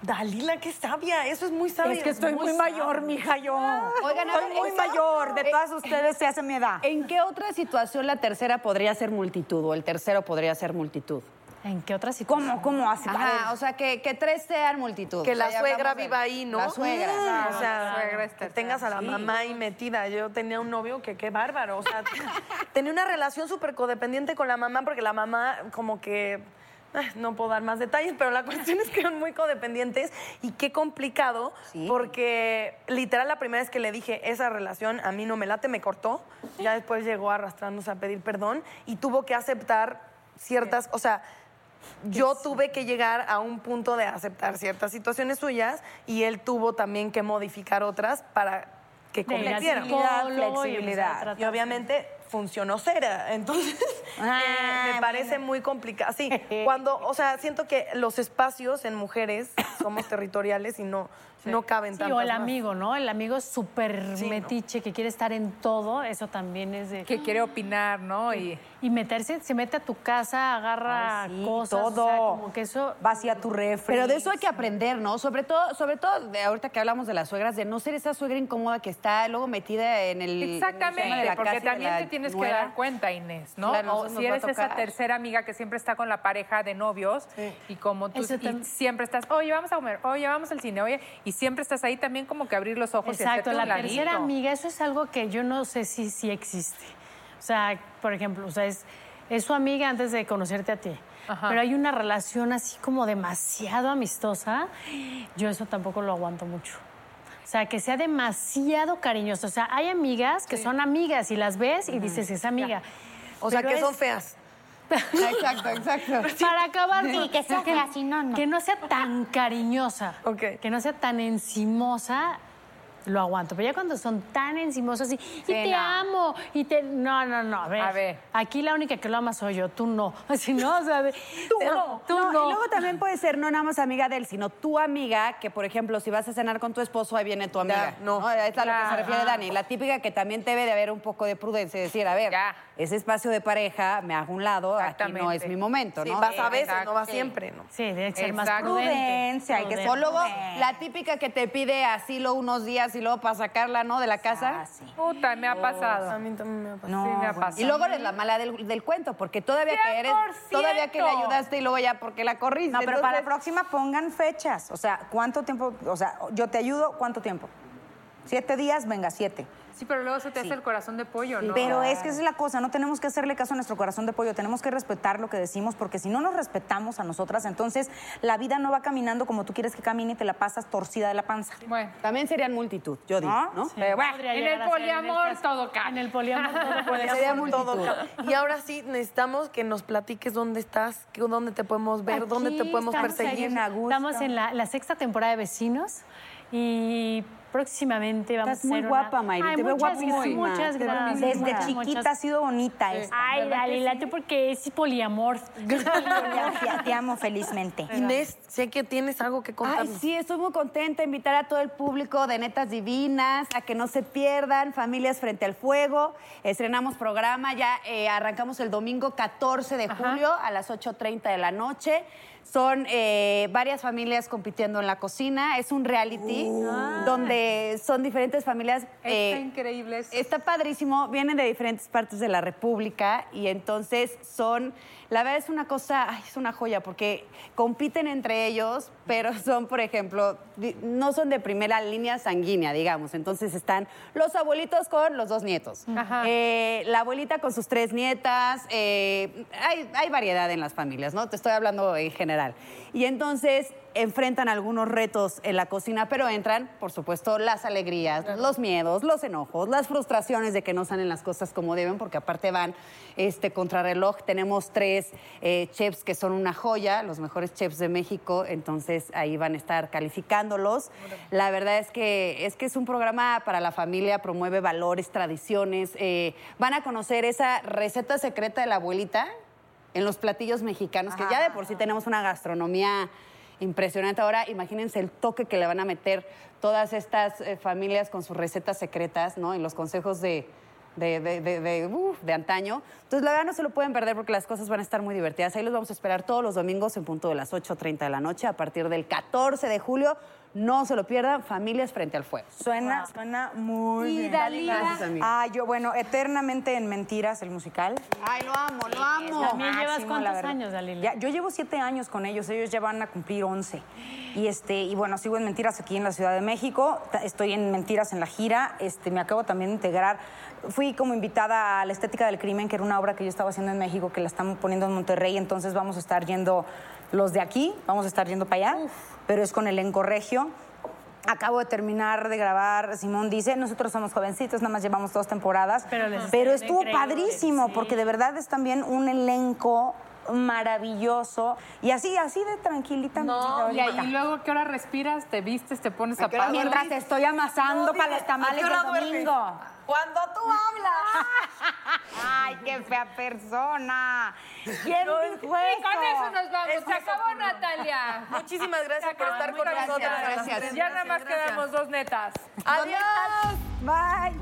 Dalila, qué sabia, eso es muy sabia.
Es que estoy muy, mayor, mija, yo.
Oigan, a
estoy
ver, eh,
muy
¿en serio?
mayor, de todas ustedes se hace mi edad.
¿En qué otra situación la tercera podría ser multitud o el tercero podría ser multitud?
¿En qué otra
situación?
¿Cómo? ¿Cómo? Así, a
Ajá,
ver.
o sea, que, que tres sean multitud.
Que
O sea,
la
ya
suegra
hablamos de-
viva ahí, ¿no? Ah,
La suegra. claro,
o sea,
la suegra es
que
tercera,
tengas a la
sí.
mamá ahí metida. Yo tenía un novio que qué bárbaro. O sea, tenía una relación súper codependiente con la mamá porque la mamá como que... ah, No puedo dar más detalles, pero la cuestión es que eran muy codependientes y qué complicado, porque literal la primera vez que le dije esa relación a mí no me late, me cortó, ya después llegó arrastrándose a pedir perdón y tuvo que aceptar ciertas, o sea, yo tuve que llegar a un punto de aceptar ciertas situaciones suyas y él tuvo también que modificar otras para que
De ir al
convencieran.
psicólogo y empezar a
flexibilidad.
tratarse.
Y obviamente funcionó cera. Entonces,
Ah,
eh, me parece muy complicado. Sí, cuando, o sea, siento que los espacios en mujeres somos territoriales y no, no caben
Sí,
tantas
o el
más.
amigo, ¿no? El amigo súper metiche que quiere estar en todo, eso también es de... Que quiere opinar, ¿no? Y, meterse, se mete a tu casa, agarra cosas, o sea, como que eso...
Vacía tu refri.
Pero de eso hay que aprender, ¿no? Sobre todo, sobre todo de ahorita que hablamos de las suegras, de no ser esa suegra incómoda que está luego metida en el. en el tema de
Exactamente,
la casa
porque
y de la
también te tienes
nuera.
que dar cuenta, Inés, ¿no?
Claro,
o si
eso nos va a
eres esa
tocar.
tercera amiga que siempre está con la pareja de novios y como tú
Eso
y
tam-
siempre estás, oye, vamos a comer, oye, vamos al cine, oye, y siempre estás ahí también como que abrir los ojos y
Exacto,
hacerte
la
un ladito.
tercera amiga, eso es algo que yo no sé si, si existe. O sea, por ejemplo, o sea, es, es su amiga antes de conocerte a ti.
Ajá.
Pero hay una relación así como demasiado amistosa. Yo eso tampoco lo aguanto mucho. O sea, que sea demasiado cariñosa. O sea, hay amigas que son amigas y las ves y dices, es amiga.
O sea,
Pero
que
es-
son feas.
Exacto, exacto.
Para acabar
Sí,
con-
que sea así, no, no.
que no sea tan cariñosa. Que no sea tan encimosa, lo aguanto. Pero ya cuando son tan encimosas y, y te
no.
amo, y te. No, no, no. A ver,
A ver.
Aquí la única que lo ama soy yo, tú no. Así no, o sea, de-
Tú
de-
no.
Tú
No,
no.
Y luego también puede ser no nada más amiga de él, sino tu amiga, que por ejemplo, si vas a cenar con tu esposo, ahí viene tu amiga. no. Es a lo que se refiere Dani. La típica que también debe de haber un poco de prudencia y decir, a ver, ese espacio de pareja me hago a un lado, aquí no es mi momento,
Sí,
¿no?
vas a veces, no vas siempre, ¿no?
Sí, debe
ser más Exacto. prudente.
Prudencia, hay que ser. O
Prudente.
luego, la típica que te pide asilo unos días y luego para sacarla, ¿no? De la
Ah,
casa.
Puta, me ha pasado.
A mí también me ha pasado.
Sí, me ha pasado.
Y luego eres la mala del, del cuento, porque todavía que eres, todavía que le ayudaste y luego ya porque la corriste.
No, pero para la
entonces-
próxima pongan fechas. O sea, ¿cuánto tiempo? O sea, yo te ayudo, ¿cuánto tiempo? Siete días, venga, siete.
Sí, pero luego se te hace el corazón de pollo, ¿no?
Pero es que esa es la cosa, no tenemos que hacerle caso a nuestro corazón de pollo, tenemos que respetar lo que decimos, porque si no nos respetamos a nosotras, entonces la vida no va caminando como tú quieres que camine y te la pasas torcida de la panza.
Bueno. Ah,
También serían multitud, yo digo,
¿No?
¿no?
Sí.
Pero bueno.
Podría
En
llegar
el
a ser, en
poliamor
caso-
todo cae.
En el poliamor todo puede
Podría
ser.
ser todo. Y ahora sí necesitamos que nos platiques dónde estás, que- dónde te podemos ver, dónde te
Aquí
podemos
estamos
perseguir.
ahí, Estamos en la, la sexta temporada de Vecinos y próximamente vamos
Estás
a
muy
hacer
guapa,
una...
Mayri,
Ay,
te veo
muchas
guapísima,
gracias, Muchas
te veo
gracias.
Desde
muchas-
chiquita
muchas-
ha sido bonita esta.
Ay,
¿Verdad que
Dalila, tú porque es poliamor.
Eh,
Te- Te amo felizmente.
Inés, sé que tienes algo que
Ay,
contarnos.
sí, estoy muy contenta. Invitar a todo el público de Netas Divinas a que no se pierdan Familias Frente al Fuego. Estrenamos programa, ya eh, arrancamos el domingo 14 de julio a las 8.30 de la noche. Son eh, varias familias compitiendo en la cocina. Es un reality
Uh.
donde son diferentes familias. eh,
increíble
Está padrísimo, vienen de diferentes partes de la República y entonces son, la verdad es una cosa, ay, es una joya porque compiten entre ellos, pero son, por ejemplo, di- no son de primera línea sanguínea, digamos, entonces están los abuelitos con los dos nietos, Eh, la abuelita con sus tres nietas, eh, hay, hay variedad en las familias, ¿no? Te estoy hablando en general. Y entonces enfrentan algunos retos en la cocina, pero entran, por supuesto, las alegrías, los miedos, los enojos, las frustraciones de que no salen las cosas como deben, porque aparte van este contrarreloj. Tenemos tres eh, chefs que son una joya, los mejores chefs de México, entonces ahí van a estar calificándolos. La verdad es que es que es un programa para la familia, promueve valores, tradiciones. eh, van a conocer esa receta secreta de la abuelita en los platillos mexicanos, que ya de por sí tenemos una gastronomía
impresionante. Ahora imagínense el toque que le van a meter todas estas eh, familias con sus recetas secretas, ¿no? Y los consejos de, de, de- de- de, uf, de antaño. Entonces, la verdad no se lo pueden perder porque las cosas van a estar muy divertidas. Ahí los vamos a esperar todos los domingos en punto de las 8.30 de la noche a partir del 14 de julio. No se lo pierdan, familias frente al fuego.
Suena, suena muy
Y
bien.
Dalila. Gracias, amiga.
Ah, yo, bueno, eternamente en mentiras el musical.
Ay, lo amo, lo amo.
También llevas cuántos años,
Dalila. yo llevo siete años con ellos, ellos ya van a cumplir once. Y este, y bueno, sigo en Mentiras aquí en la Ciudad de México, ta- estoy en Mentiras en la gira, este, me acabo también de integrar. Fui como invitada a La Estética del Crimen, que era una obra que yo estaba haciendo en México, que la están poniendo en Monterrey, entonces vamos a estar yendo los de aquí, vamos a estar yendo para allá, pero es con el encorregio. Acabo de terminar de grabar, Simón dice, nosotros somos jovencitos, nada más llevamos dos temporadas, pero,
les está
estuvo
increíble,
padrísimo, porque de verdad es también un elenco maravilloso y así, así de tranquilita.
No, y ahí luego, ¿qué hora respiras? ¿Te vistes? ¿Te pones
¿A qué hora
zapatos?
Mientras duermes? estoy amasando No, para dime, los tamales ¿a qué hora del duermes? domingo.
Cuando tú hablas.
Ay, qué fea persona. ¿Quién dijo
Y con
eso?
eso nos vamos.
Eso
Se acabó,
ocurrió.
Natalia.
Muchísimas gracias por estar con
Muchas
nosotras.
gracias.
Gracias.
Ya nada más
Gracias.
quedamos dos netas.
Adiós.
Bye.